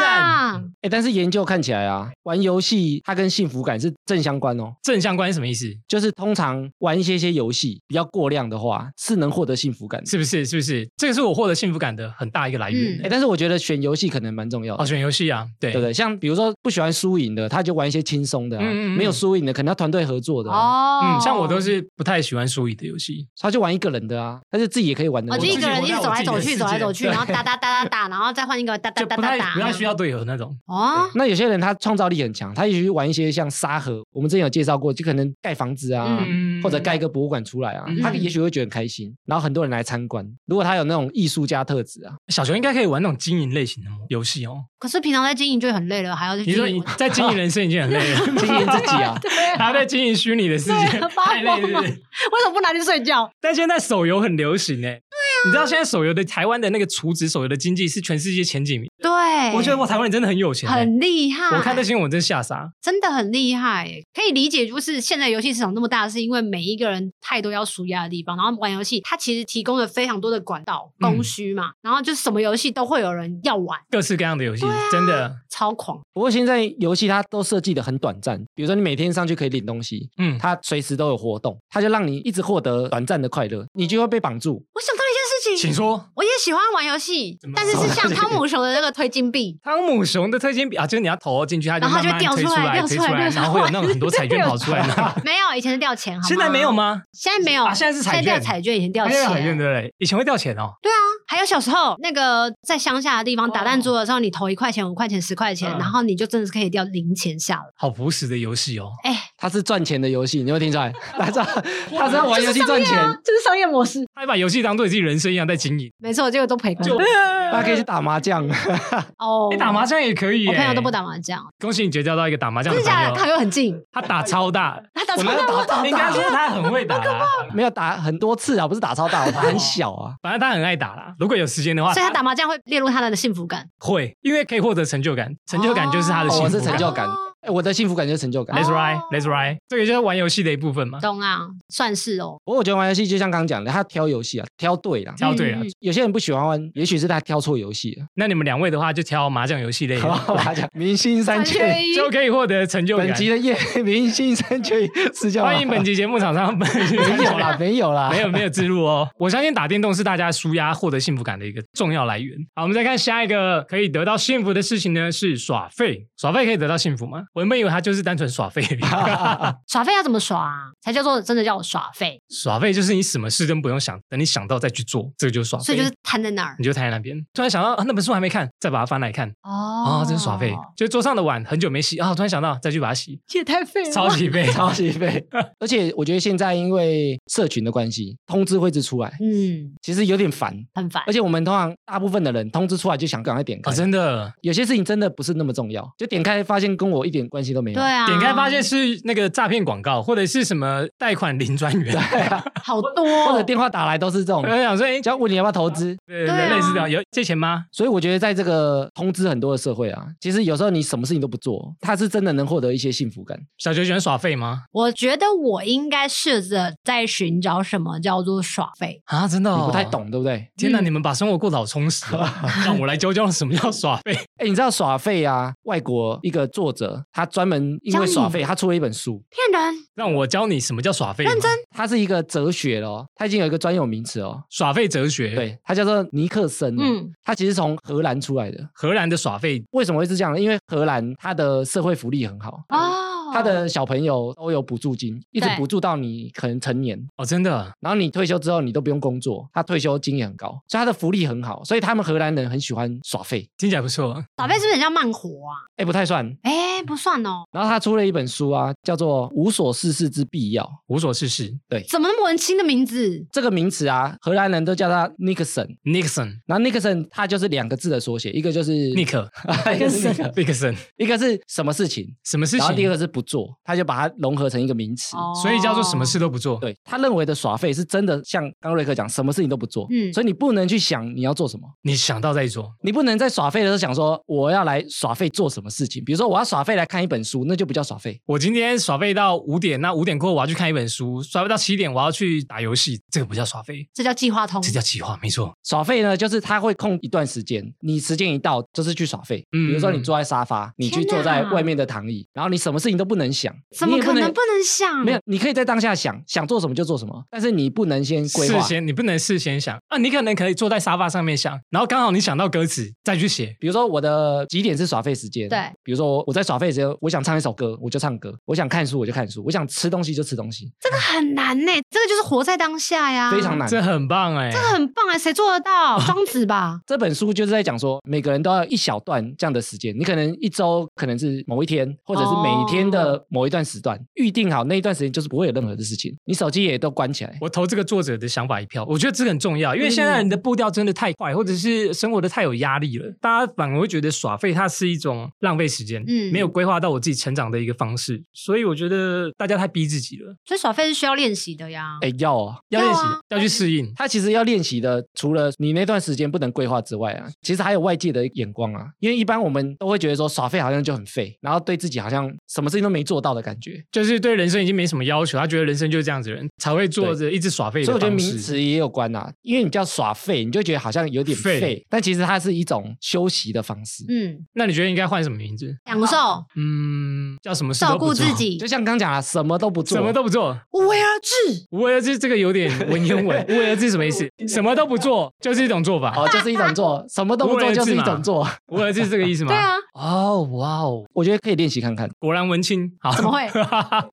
赞
哎，但是研究看起来啊，玩游戏它跟幸福感是正相关哦。
正相关是什么意思？
就是通常玩一些些游戏比较过量的话，是能获得幸福感的。
是不是？是不是？这个是我获得幸福感的很大一个来
嗯
源。
哎，
哎、
但是我觉得选游戏可能蛮重要
哦，
的。
选游戏啊，对
对不对？像比如说不喜欢输赢的，他就玩一些轻松的啊；
嗯嗯嗯
没有输赢的，可能要团队合作的啊、
哦，
嗯，像我都是不太喜欢输赢的游戏，
他就玩一个人的啊，他就自己也可以玩的。
哦我就一
自
个
己
人
活
一直
在
走
我
来
自己
走
的
去，
世
走来
界
走去，然后哒哒哒 哒哒，然后再换一个哒哒
就
哒
不
哒
太
哒，
不太需要队友的那种。
哦。
那有些人他创造力很强，他也许去玩一些像沙盒，我们之前有介绍过，就可能盖房子啊，
嗯
或者盖一个博物馆出来啊，
嗯
他也许会觉得很开心，然后很多人来参观。如果他有那种艺术家特质啊，
小熊应该可以玩那种经营类型的游戏哦。
可是平常在经营就很累了，还要去
你
经
说你
营。，
在经营人生已经很累了，
经营自己啊
对啊
还要在经营虚拟的世界
对啊，发
太累
疯
了。
了为什么不拿去睡觉？
但现在手游很流行哎、对啊，你知道现在手游的台湾的那个储值手游的经济是全世界前几名，
对，
我觉得哇，台湾人真的很有钱、欸，
很欸厉害。
我看这新闻我真吓傻，
真的很厉害耶，可以理解，就是现在游戏市场那么大，是因为每一个人太多要舒压的地方，然后玩游戏它其实提供了非常多的管道
嗯
供需嘛，然后就是什么游戏都会有人要玩，
各式各样的游戏，
啊
真的，
超狂。
不过现在游戏它都设计的很短暂，比如说你每天上去可以领东西，
嗯，
它随时都有活动，它就让你一直获得短暂的快乐，你就会被绑住。
我想到一件事
请
情，
说。
我也喜欢玩游戏
怎，么
但是是
玩，
像汤姆熊的那个推金币
汤姆熊的推荐表，啊，就是你要投进去，它就
然后
慢
它就
慢推
掉
出
出来
来，
掉
推
出
出
来
来，
掉
然后会有
出
那
来
种很多 彩券跑出来
掉出来。
没有以前是掉钱，好吗
现在没有？吗？
现在没有，
啊现在是彩券
掉彩券，以前掉
现在很远
钱。
对不对？以前会掉钱哦。
对啊，还有小时候那个在乡下的地方打弹珠的时候，你投一块钱、五块钱、十块钱，
嗯
然后你就真的是可以掉零钱下来。
好朴实的游戏哦，
哎、
它是赚钱的游戏，你有没有听出来？它是它是要玩游戏赚钱，
这是商业模式，
他把游戏当做自己人生一样在经营。
没错，结果都赔光
就哎
了。
大家可以去打麻将。
哦，
你打麻将也可以、耶
我朋友都不。打麻将，
恭喜你结交到一个打麻将
真
的
的假的？
朋
靠
友，
又很近，
他打超大，
他打
我
超
们要打
大，
打
应该
大
说，他很会打啦，
没有打很多次啊，不是打超大，我打很小啊。
反正他很爱打啦。如果有时间的话，
所以他打麻将会列入他的幸福感。
会，因为可以获得成就感，成就感就是他的
哦
幸福
我
感。
是成就感，哎我的幸福感就是成就感
哦。
That's right, that's right，这个就是玩游戏的一部分嘛。
懂啊，算是 哦。
不过我觉得玩游戏就像刚刚讲的，他挑游戏啊，挑对了。
挑对了
嗯，
有些人不喜欢玩，也许是他挑错游戏了。
那你们两位的话，就挑麻将游戏类的，
好吧，讲明星三
缺
缺一，
一
就可以获得成就感
本。集的夜明星三缺一是叫
欢迎本
集
集节目厂商，本集
没有啊啦，没有啦，
没有没有自入哦。我相信打电动是大家舒压获得幸福感的一个重要来源。好，我们再看下一个可以得到幸福的事情呢，是耍废。耍废可以得到幸福吗？我原本以为它就是单纯耍废 而已，
耍废要怎么耍啊？才叫做真的叫我耍废，
耍废就是你什么事都不用想，等你想到再去做，这个就是耍废。嗯
所以就是瘫在那儿
你就躺在那边，突然想到、啊、那本书还没看，再把它翻来看。
哦
啊、这是耍废，就是桌上的碗很久没洗啊、突然想到再去把它洗，
这也太废了
超
吧。
级废。
超级 费。而且我觉得现在因为社群的关系，通知会一直出来，
嗯，
其实有点烦。
很烦
而。且我们通常大部分的人通知出来就想赶快点开
啊、，真的，
有些事情真的不是那么重要，就点开发现跟我一点关系都没有。
对啊，
点开发现是那个诈骗广告，或者是什么贷款零专 员，
好多哦，
或者电话打来都是这种
我，就想说，哎、
只要问你要不要投资。
对
对啊
类似这样，有借钱吗？
所以我觉得，在这个通知很多的社会啊，其实有时候你什么事情都不做，他是真的能获得一些幸福感。
小球喜欢耍废吗？
我觉得我应该试着在寻找什么叫做耍废。
啊，真的、
你不太。懂，对不对？
天哪，
嗯
你们把生活过得好充实、哦， 让我来教教什么叫耍废。
哎，你知道耍废啊？外国一个作者，他专门因为耍废，他出了一本书，
骗人，
让我教你什么叫耍废吗。认真
他是一个哲学了哦，他已经有一个专有名词哦。
耍废哲学，，
对，他叫做尼克森。嗯，
嗯，
他其实从荷兰出来的。
荷兰的耍废
为什么会是这样呢？因为荷兰它的社会福利很好，
嗯
哦，
他的小朋友都有补助金，一直
对
补助到你可能成年。
哦，真的
然后你退休之后，你都不用工作，他退休金也很高，所以他的福利很好，所以他们荷兰人很喜欢耍废，
听起来不错。
耍废是不是很像慢活啊？
哎，不太算。
哎，不算哦，
然后他出了一本书啊，叫做《无所事事之必要》。
无所事事
怎么那么文青的名字？
这个名词啊，荷兰人都叫它 Nixon，
，Nixon，
然后 Nixon 它就是两个字的缩写，一个就是
尼克
一个是 Nick，
，Nixon，
一个是什么事情，
什么事
然后第二
情？
个是不做，他就把它融合成一个名词。
哦
所以叫做什么事都不做。
对他认为的耍废是真的，像刚刚瑞克讲，什么事情都不做，
嗯
所以你不能去想你要做什么，
你想到再做，
你不能在耍废的时候想说我要来耍废做什么事情，比如说我要耍废来看一本书，那就不叫耍废。
我今天耍废到五点，那五点过后我要去看一本书，耍废到七点我要去打游戏，这个不叫耍废，
这叫计划通
哦
这。叫计划，没错。
耍废呢，就是他会空一段时间，你时间一到就是去耍废。
嗯
比如说你坐在沙发，你去
天哪
坐在外面的躺椅，然后你什么事情都不能想，
怎么
你也
可能不能想？
没有，你可以在当下想，想做什么就做什么，但是你不能先规
事
划。
先你不能事先想啊，你可能可以坐在沙发上面想，然后刚好你想到歌词再去写。
比如说我的几点是耍废时间？
对，
比如说我在耍废时间，我想唱一首歌，我就唱歌；我想看书，我就看书；我想吃东西就吃东西，
这个很难呢、这个就是活在当下呀，
非常。难。，
这很棒哎、
这很棒哎、谁做得到？
哦
庄 子吧
这本书就是在讲说，每个人都要一小段这样的时间，你可能一周可能是某一天，或者是每
哦
一天的某一段时段，预定好那一段时间就是不会有任何的事情，你手机也都关起来。
我投这个作者的想法一票，我觉得这个很重要，因为现在人的步调真的太快，或者是生活的太有压力了，大家反而会觉得耍废它是一种浪费时间，
嗯
没有规划到我自己成长的一个方式，所以我觉得大家太逼自己了，
所以耍废是需要练习的呀。
哎，要哦。
要练习，
要啊
要去适应。
他其实要练习的，除了你那段时间不能规划之外啊，其实还有外界的眼光啊。因为一般我们都会觉得说耍废好像就很废，然后对自己好像什么事情都没做到的感觉。
就是对人生已经没什么要求，他觉得人生就是这样子的人才会做着一直耍废的
所以我
方式。
觉得名词也有关啊，因为你叫耍废，你就觉得好像有点
废
废，但其实它是一种休息的方式。
嗯，
那你觉得应该换什么名字？
享受、
嗯，叫什么事都
照
不
顾
做
自，己
就，像刚讲啊，什么都不做，
什么都不做。
无为而治。
无为而治这个有点文言文，无为而治什么意思？什么都不做就是一种做法。
哦，就是一种做，什么都不
无为
做
而
就是
治
一
嘛
种做。
无为而治是这个意思吗？
对啊，
哦，哇哦，
我觉得可以练习看看，
果然文青。好，
怎么会？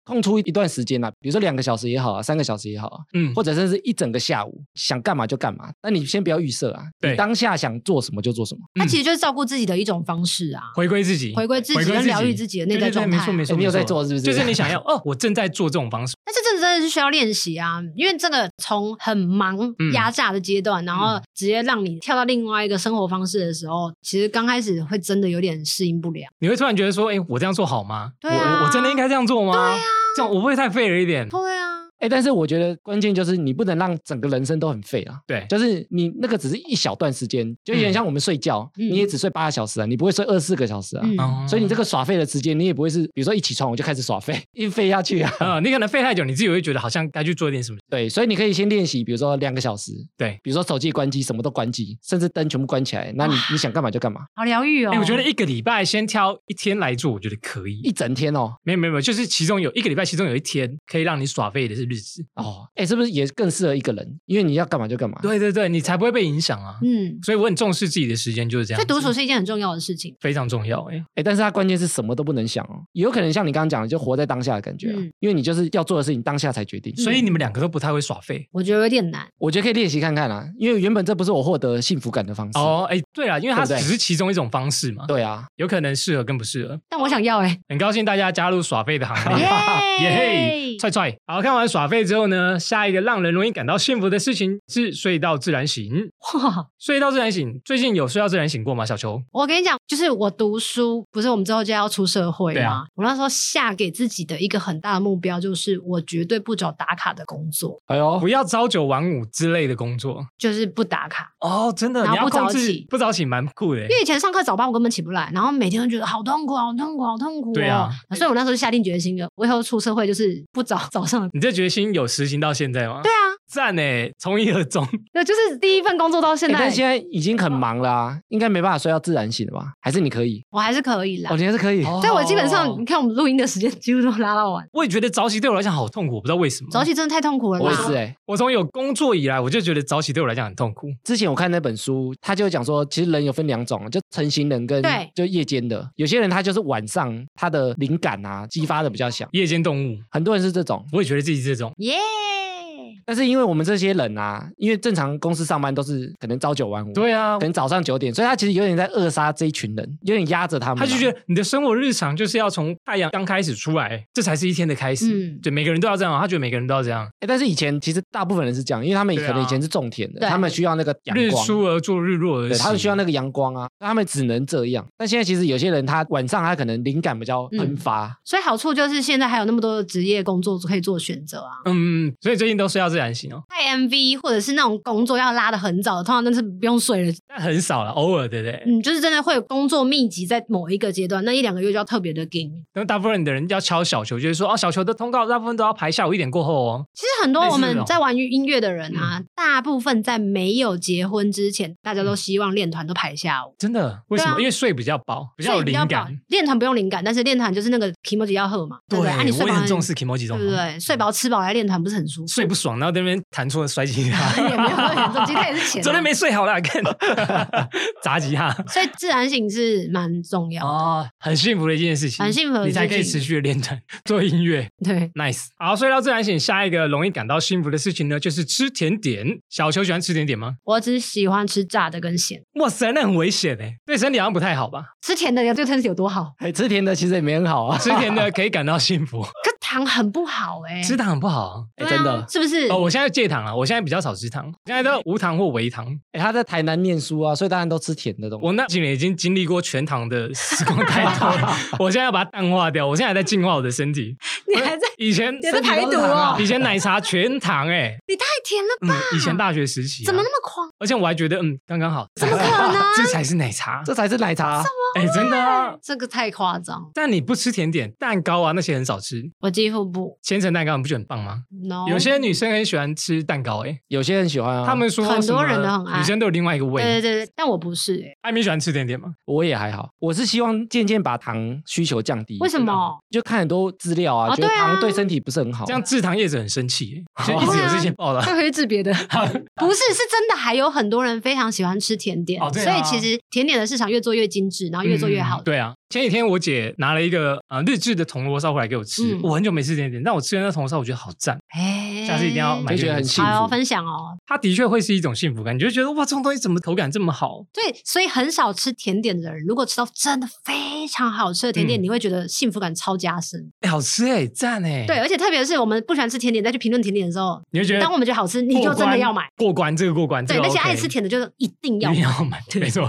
空出一段时间啊，比如说两个小时也好啊，三个小时也好啊，
嗯，
或者甚至一整个下午，想干嘛就干嘛。那你先不要预设啊，
对
你当下想做什么就做什么。
它其实就是照顾自己的一种方式啊，
回归自己，
回归自己
回归
跟疗愈律自己的内
对
在
对
状
对，
态
没
啊、
错没错，
哎你有在
没错
做是不是
就是你想要哦，我正在做这种方式，
但是这个真的是需要练习啊，因为这个从很忙
嗯
压榨的阶段，然后直接让你跳到另外一个生活方式的时候，其实刚开始会真的有点适应不良。
你会突然觉得说，哎，我这样做好吗？
对啊
我我真的应该这样做吗？
对啊
这样我不会太废了一点？
对啊，
哎、但是我觉得关键就是你不能让整个人生都很废啊。
对，
就是你那个只是一小段时间，就有点像我们睡觉，
嗯
你也只睡八个小时啊，你不会睡二四个小时啊。
嗯，
哦
所以你这个耍废的时间，你也不会是，比如说一起床我就开始耍废， 一废下去啊。
呃，你可能废太久，你自己会觉得好像该去做一点什么。
对，所以你可以先练习，比如说两个小时，
对，
比如说手机关机，什么都关机，甚至灯全部关起来，那你
哇
你想干嘛就干嘛，
好疗愈哦。
哎，我觉得一个礼拜先挑一天来做，我觉得可
一
以。
整天哦。
没有没有没有，就是其中有一个礼拜，其中有一天可以让你耍废的是日子。
哦，哎，是不是也更适合一个人？因为你要干嘛就干嘛。
对对对，你才不会被影响啊。
嗯，
所以我很重视自己的时间，就是这样
所以
子。
独处是一件很重要的事情。
非常重要哎、
哎，但是它关键是什么都不能想哦，也有可能像你刚刚讲的，就活在当下的感觉啊、
嗯
因为你就是要做的事情当下才决定。
所以你们两个都不太会耍废。
我觉得有点难，
我觉得可以练习看看啊，因为原本这不是我获得幸福感的方式。
哦，哎，对啦，因为它
对
只
不对
是其中一种方式嘛，
对啊，
有可能适合跟不适合。
但我想要哎、
很高兴大家加入耍废的行列。 耶
耶
嘿，踹踹！好看完耍废之后呢，下一个让人容易感到幸福的事情是睡到自然醒。
哇！
睡到自然醒，最近有睡到自然醒过吗？小球，
我跟你讲，就是我读书，不是我们之后就要出社会
对
嘛？
啊
我那时候下给自己的一个很大的目标，就是我绝对不找打卡的工作，
哎呦
不，要朝九晚五之类的工作
就是不打卡。
哦，真的，
然
你
后
要
不早
控制
起
不早起，蛮酷的欸
因。为以前上课早八我根本起不来，然后每天都觉得好痛苦，好痛苦，好痛苦、哦。
对啊，
所以我那时候就下定决心了，我以后出社会就是不找早上的。
你这决心有实行到现在吗？
对啊，
赞哎，从一而 终。
那就是第一份工作到现
诶
在，
哎但现在已经很忙啦、应该没办法睡到自然醒了吧？还是你可以？
我还是可以啦
哦，。你还是可以。
但我基本
哦
上，你看我们录音的时间几乎都拉到晚，
我也觉得早起对我来讲好痛苦，我不知道为什么。
早起真的太痛苦了
嗯
啦。
我也是哎、
我从有工作以来，我就觉得早起对我来讲很痛苦。
之前我看那本书，他就讲说，其实人有分两种，就成型人跟
对
就夜间的。有些人他就是晚上他的灵感啊激发的比较强，
夜间动物，
很多人是这种。
我也觉得自己这种。
耶
但是因为我们这些人啊，因为正常公司上班都是可能朝九晚五，，
对啊
可，能早上九点，所以他其实有点在扼杀这一群人，有点压着他们啊、
他就觉得你的生活日常就是要从太阳刚开始出来，这才是一天的开始。
嗯
对，每个人都要这样，他觉得每个人都要这样，
欸但是以前其实大部分人是这样，因为他们
对啊
可能以前是种田的，
对
他们需要那个阳
日
光，
出而作，日落而
对，
息。
他们需要那个阳光啊，他们只能这样。但现在其实有些人他晚上他可能灵感比
嗯
较喷发，
所以好处就是现在还有那么多的职业工作可以做选择啊。
嗯，所以最近都睡到自然醒哦，
拍 MV 或者是那种工作要拉的很早的，通常那是不用睡了。
但很少了，偶尔对不对？
嗯，就是真的会有工作密集在某一个阶段，那一两个月就要特别的紧。
然后大部分的人要敲小球，就是说哦，小球的通告大部分都要排下午一点过后哦。
其实很多
类似
我
这
们
种嗯
在玩音乐的人啊，大部分在没有结婚之前，大家都希望练团都排下午。
真的？为什么？
对啊
因为睡比较饱，比
比
较有灵感。
练团不用灵感，但是练团就是那个题目级要喝嘛，对不对？啊，你睡
我也
饱
很重视 emoji 这
对
种
不
东西，
对？睡饱吃饱来练团不是很舒服？
睡不爽，然后在那边弹出了摔吉
也没有
他。
很严重，其实它也是钱啊、
昨天没睡好啦，看 砸吉他
所以自然醒是蛮重要的。
哦，很幸福的一件事情，
很幸福的
你才
事
可以
情
持续的练团 做音乐
对，
，nice。好，睡到自然醒，下一个容易感到幸福的事情呢，就是吃甜点。小球喜欢吃甜点吗？
我只喜欢吃炸的跟咸，
哇塞，那很危险哎，对身体好像不太好吧？
吃甜的对身体有多好？
哎，吃甜的其实也没很好啊，
吃甜的可以感到幸 福，
可糖很不好哎、
吃糖很不好啊。
哎
对
真
啊
的。
是不是？
哦，我现在戒糖了，我现在比较少吃糖，现在都无糖或微糖。
哎，他在台南念书啊，所以当然都吃甜的东西。
我那几年已经经历过全糖的时光太多 了，我现在要把它淡化掉，我现在还在净化我的身体。
你还在
以前
你还在排毒
身体都是糖啊
哦
以前奶茶全糖哎、
你太甜了吧？
嗯， 以前大学时期、啊
怎么那么狂？
而且我还觉得，嗯，刚刚好，怎么可
能？
这才是奶茶，
这才是奶茶，
哎、真的啊！
这个太夸张，
但你不吃甜点、蛋糕啊那些很少吃，
我几乎不。
千层蛋糕你不觉得很棒吗？
No，
有些女生很喜欢吃蛋糕、哎、
有些人喜欢啊。
他们说
很
什么
多人都很爱
女生都有另外一个
对对
味。
对对，但我不是哎、
艾米喜欢吃甜点吗？
我也还好，我是希望渐渐把糖需求降低。
为什么？
就看很多资料啊，
哦
觉得
对啊
糖对身体不是很好。
这样制糖业者很生 气、哎就一直有这些报道。
会以治 别的，不是是真的，还有很多人非常喜欢吃甜点，
哦对
所
啊
以其实甜点的市场越做越精致，然后越做越好。
嗯对啊，前几天我姐拿了一个呃日制的铜锣烧回来给我吃，
嗯
我很久没吃这点，但我吃了那铜锣烧，我觉得好赞。
哎，
下次一定要买
就
给
觉得
你
很
吃
幸
好
福
要。分享哦。
它的确会是一种幸福感，你就觉得哇，这种东西怎么口感这么好？
对，所以很少吃甜点的人，如果吃到真的非常好吃的甜点，
嗯
你会觉得幸福感超加深。
哎、好吃哎、赞哎、
对，，而且特别是我们不喜欢吃甜点，再去评论甜点的时候，
你会觉得
当我们觉得好吃，你就真的要买。
过关这个过关，这个
对，那
OK,
些爱吃甜的，就是一定
一
要
定
买。
要买，没 错。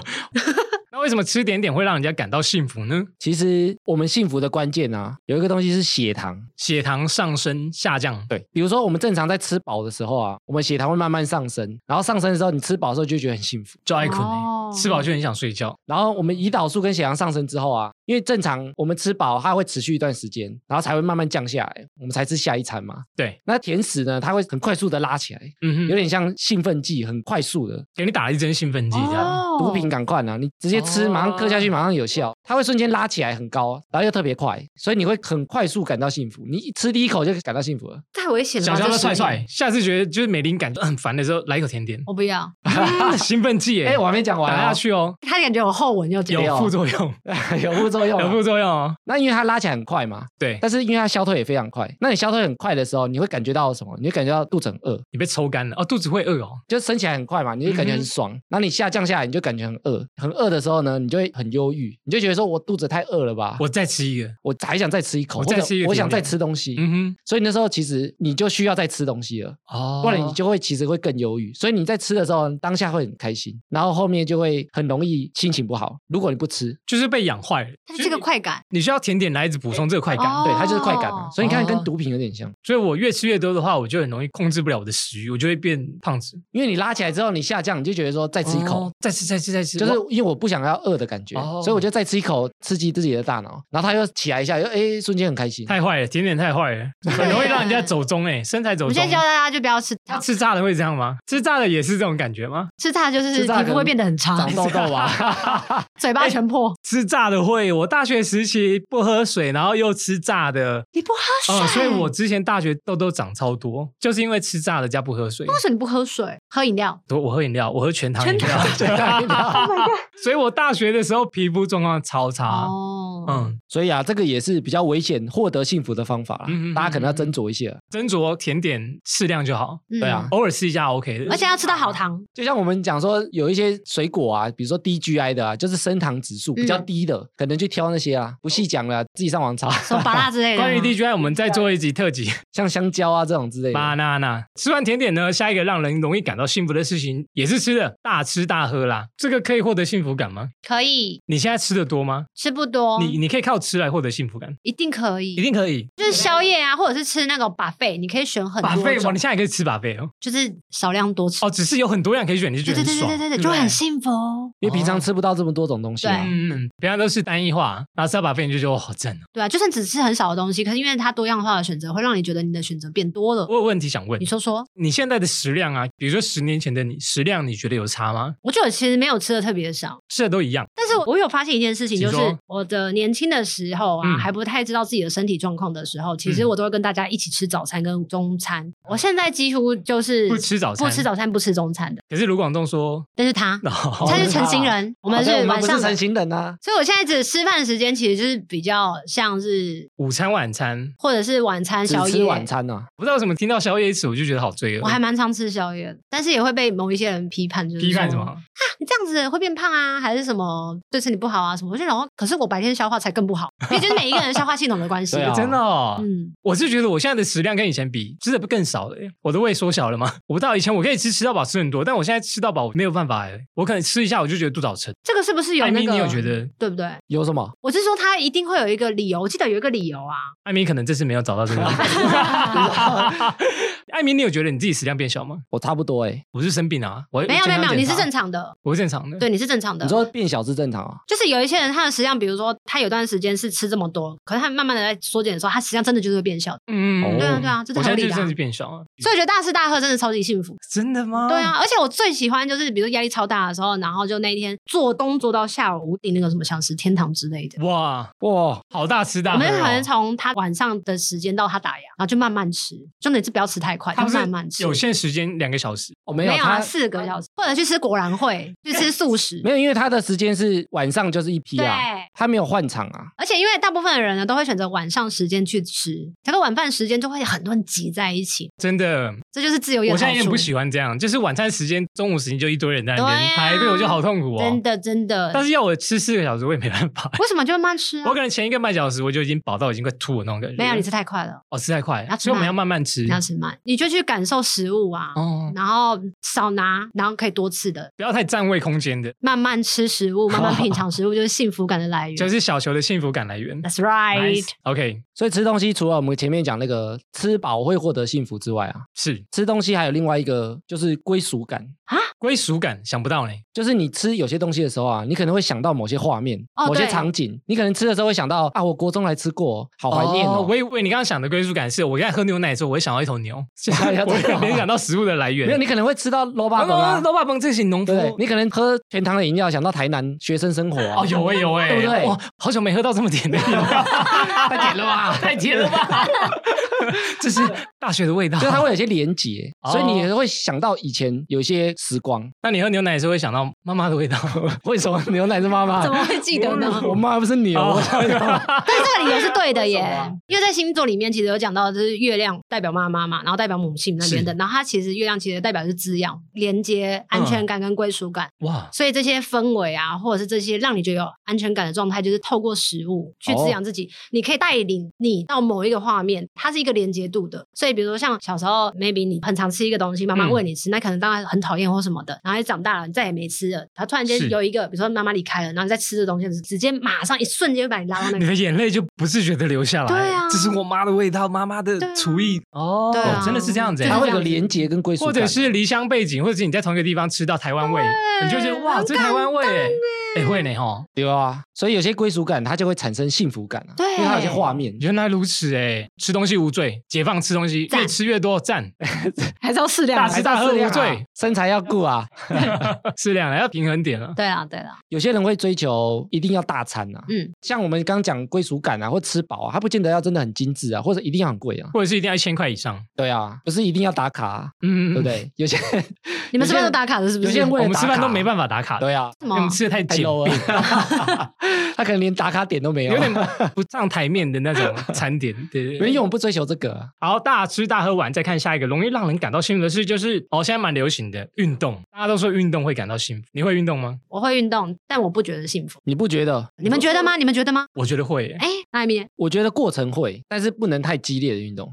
那为什么吃点点会让人家感到幸福呢？
其实我们幸福的关键啊，有一个东西是血糖。
血糖上升下降，
对，比如说我们正常在吃饱的时候啊，我们血糖会慢慢上升，然后上升的时候，你吃饱的时候就觉得很幸福。
就爱困、欸
哦
吃饱就很想睡觉。
然后我们胰岛素跟血糖上升之后啊，因为正常我们吃饱，它会持续一段时间，然后才会慢慢降下来，我们才吃下一餐嘛。
对，
那甜食呢，它会很快速的拉起来，
嗯
有
哼，
点像兴奋剂，很快速的
给你打了一针兴奋剂，这样、
哦
毒品感快啊，你直接吃，
哦
马上嗑下去，马上有效，它会瞬间拉起来很高，然后又特别快，所以你会很快速感到幸福。你一吃第一口就感到幸福了。
太危险了吧。
想象
这
的
食
帅帅，，
品
下次觉得就是没灵感、很烦的时候，来一口甜点，
我不要。
嗯 兴奋剂哎、
哎，我还没讲完
打
啊
下，去哦，
他感觉有后文要这
没有
有副 作用，
有副作用
有
啊。
副作用哦。
那因为它拉起来很快嘛，
对，
但是因为它消退也非常快。那你消退很快的时候，你会感觉到什么？你会感觉到肚子很饿，
你被抽干了哦，肚子会饿哦，
就升起来很快嘛，你就感
嗯
觉很爽。那、你下降下来，你就感觉很饿，很饿的时候呢，你就会很忧郁，你就觉得说我肚子太饿了吧，我
我再吃一个，
我还想再吃一口，
我
或者
再吃一个
我想
甜点
再吃东西。
嗯
所以那时候其实你就需要再吃东西了，
哼，哦，
不然你就会其实会更忧郁。所以你在吃的时候，当下会很开心，然后后面就会很容易心情不好。如果你不吃，
就是被养坏了。
但是这个快感，
你需要甜点来一直补充这个快感，
哦
对它就是快感嘛。啊所以你看，
哦
跟毒品有点像，
所以我越吃越多的话，我就很容易控制不了我的食欲，我就会变胖子。
因为你拉起来之后，你下降，你就觉得说再吃一口。
哦，再吃，再吃，再吃，
就是
哇
因为我不想要饿的感觉，
哦
所以我就再吃一口，刺激自己的大脑，然后它又起来一下，又哎，瞬间很开心。
太坏了，甜点太坏了，很容易让人家走钟哎、身材
我
走
们
钟
现在。教大家就不要吃
他
它，
吃炸的会这样吗？吃炸的也是这种感觉吗？
吃它就是
吃它可
皮
能
肤会变得很差
长，痘痘 啊，
嘴
哎
巴全破。
吃炸的会，我大学时期不喝水，然后又吃炸的，
你不喝水，
呃，所以我之前大学痘痘长超多，就是因为吃炸的加不喝水。
为什么你不喝水，喝饮料？
我我喝饮料，我喝全糖饮料，
全糖饮料 Oh
所以我大学的时候皮肤状况超差。
哦，
嗯，
所以啊，这个也是比较危险获得幸福的方法啦
嗯嗯嗯，
大家可能要斟酌一啊下。
斟酌甜点适量就好，
嗯
对啊
偶尔吃一下 OK 的。
而且要吃到好糖，
就像我们讲说，有一些水果啊，比如说低 GI 的啊，就是升糖指数比较
嗯
低的，可能去挑那些啊，不细讲了啊，自己上网查。
什么 芭拉之类的。
关于 DGI，我们再做一集特辑。
像香蕉啊这种之类的，
banana 吃完甜点呢，下一个让人容易感到幸福的事情也是吃的，大吃大喝啦。这个可以获得幸福感吗？
可以
你现在吃的多吗？
吃不多，
你你可以靠吃来获得幸福感，
哦一定可
一
以。
定可以。
就是宵夜啊，或者是吃那种把费，你可以选很
把
多
费哇，
种
你，现在也可以吃把费哦。
就是少量多吃。
哦，只是有很多样可以选，你就觉
对
得
对
很
对对
爽，
对对对，
不
就很幸福，哦
因为平常吃不到这么多种东西啊。
对
嗯，嗯平常都是单一化，然后吃到把费你就觉得哇好赞哦。
对啊，就算只吃很少的东西，可是因为它多样化的选择，会让你觉得你的选择变多了
我。有问题想问
你，说说，
你现在的食量啊，比如说十年前的你食量，你觉得有差吗？
我觉得我其实没有吃的特别少，
吃的都一样，
但是我我有发现一件事情，
请
就是
说
我的年轻的时候啊，
嗯
还不太知道自己的身体状况的时候，其实我都会跟大家一起吃早餐跟中餐。我现在几乎就是
不吃早餐
不吃早餐，不吃中餐的。
可是卢广仲说，
但是他，
哦
他
真
是
的
成行
啊
人，我
我
们是
我们
晚
不
上
是
的
成。型人啊，
所以我现在只吃饭时间其实就是比较像是，
午餐晚餐，
或者是晚餐、
只
宵
吃
夜。
晚餐啊。
不知道为什么听到宵夜一吃我就觉得好罪恶。
我还蛮常吃宵夜的，但是也会被某一些人批判，就是
批判
说
什么？
你这样子会变胖啊，还是什么对身体不好啊什么？我就想说，可是我白天消化才更不好，因为就是每一个人消化系统的关系。
对啊
真的、哦，
嗯，
我是觉得我现在的食量跟以前比吃的不更少了耶，我的胃缩小了吗？ 我不知道以前我可以吃吃到饱吃很多，但我现在吃到饱我没有办法哎，我可能吃一下我就觉得肚子好撑。
这个是不是有
艾
那
米，
个？
你有觉得？
对不对？
有什么？
我是说他一定会有一个理由，我记得有一个理由啊。
艾米可能这次没有找到这 个。艾米，你有觉得你自己食量变小吗？
我差不多哎。
我是生病啊，我
没有没有没有，你是正
常，
常的，
我是正常的。
对，你是正常的
你。说变小是正常啊？
就是有一些人他的食量，比如说他有段时间是吃这么多，可是他慢慢的在缩减的时候，他食量真的就是会变小。
嗯，嗯，嗯
对啊
对啊这是
我现在
合理
就
的啊
真的是变小啊，
所以我觉得大吃大喝真的超级幸福。
真的吗？
对啊，，而且我最喜欢就是，比如说压力超大的时候，然后就那一天做工做到下午五点，那个什么像是天堂之类的。
哇，
哇，
好大吃大
我
喝哦。
们可能从他晚上的时间到他打烊，然后就慢慢吃，重点是不要吃太快，
他
就
不
慢慢
是
吃。
有限时间两个小时，
我
没
哦没有
有啊，
他
四个小时，或者去吃果然会，去吃素食
没。有，因为他的时间是晚上就是一批啊，
对，
他没有换场啊。
而且因为大部分的人呢都会选择晚上时间去吃，整个晚饭时间就会很多人挤在一起，
真的，
这就是自由宴
我
的
现
好
在
处。
也不喜欢这样，就是晚餐时间、中午时间就一堆人在那
对
边
啊
排队，我就好痛苦哦。
真的真的。
但是要我吃四个小时，我也没办法。
为什么就慢慢吃啊
我？可能前一个半小时我就已经饱到已经快吐了那种感觉。
没有，你吃太快了，
哦，吃太快
要，吃
所以我们
慢
要慢慢吃
你。要吃慢，你就去感受食物啊，
哦，
然后少拿，然后可以多吃的，
不要太占位空间的，
慢慢吃食物，慢慢品尝食物，就是幸福感的来 源。
就是小球的幸福感来源。
That's right，
Nice OK，
所以吃东西除了我们前面讲那个吃饱会获得幸福之外啊，
是
吃东西还有另外一个就是归属感。
归属感，想不到呢。
就是你吃有些东西的时候啊，你可能会想到某些画面、
哦
某些
对
场景，你可能吃的时候会想到啊，我国中来吃过，好怀念哦。
我以为你刚刚想的归属感是，我刚才喝牛奶的时候，我会想到一头 牛，就是
啊
哎呀
我
真的
会
吗
联想到食物的来源。
没有，你可能会吃到罗巴本
啊
啊，
老板帮这些农夫
对不对？你可能喝全糖的饮料，想到台南学生生活啊。
哦，有哎、有哎、
对不对
哇，好久没喝到这么甜的饮料， 太甜了吧，太甜了 吧，这是大学的味道。
就是它会有一些连结，
哦
所以你也会想到以前有一些时光。
那你喝牛奶的时候会想到妈妈的味道，
为什么牛奶是妈妈？
怎么会记得呢？
我妈不是牛，啊
哦
我想到
但是这个理由是对的
为什么啊
耶，因为在星座里面其实有讲到，就是月亮代表妈妈嘛，然后代表母性那边的，然后它其实月亮其实代表是滋养、连接、安全感跟归属感，
哇，
所以这些氛围啊，或者是这些让你觉得有安全感的状态，就是透过食物去滋养自己，你可以带领你到某一个画面，它是一个连接度的。所以比如说像小时候，maybe 你很常吃一个东西，妈妈
嗯
喂你吃，那可能当然很讨厌或什么的，然后你长大了你再也没吃了，然后突然
是
间有一个，比如说妈妈离开了，然后你再吃这东西，直接马上一瞬间就把你拉到那
你
个。
的眼泪就不自觉的流下来。
对啊
这是我妈的味道，妈妈
对啊
的厨艺哦
对啊
真的是这样子、
就是
它
欸。
会有个连结跟归属
或
感，
者是离乡背景，或者是你在同一个地方吃到台湾味，
对
你就觉得哇，
很
这台湾味、
感
欸
动，
哎、会呢吼，
对啊，所以有些归属感它就会产生幸福感啊，
对
因为它有些画面。
原来如此哎、吃东西无罪，解放吃东西，
赞
越吃越多，赞，
还是要适量
大
啊
吃大喝无
量啊
罪，
身材要顾啊。
适量了，要平衡点了。
对啊，对啊，
有些人会追求一定要大餐啊，
嗯，
像我们刚讲归属感啊，或吃饱啊，它不见得要真的很精致啊，或者一定要很贵啊。
或者是一定要一千块以上，
对啊，不是一定要打卡、啊，
嗯
对不？对？有些
你们吃
有
饭都
些人
打卡的，是不
有
是？
些人
为
为了
我们吃
打
饭
卡啊
都没办法打卡，
对啊，
什
因为我
么
们？吃的太
太
紧，
low 了， 他可能连打卡点都没有，啊
有 点不上台面的那种餐点，对对
因为
对。
我们不追求这个啊，
好，大吃大喝完，再看下一个容易让人感到幸福的事，就是哦，现在蛮流行的运动，大家都说运动会感到幸福，你会运动吗？
我会运动，但我不觉得幸福。
你不觉得？
你们觉得吗？你们觉得吗？
我觉得会耶，
哎，那一面
我觉得过程会，但是不能太激烈的运 动。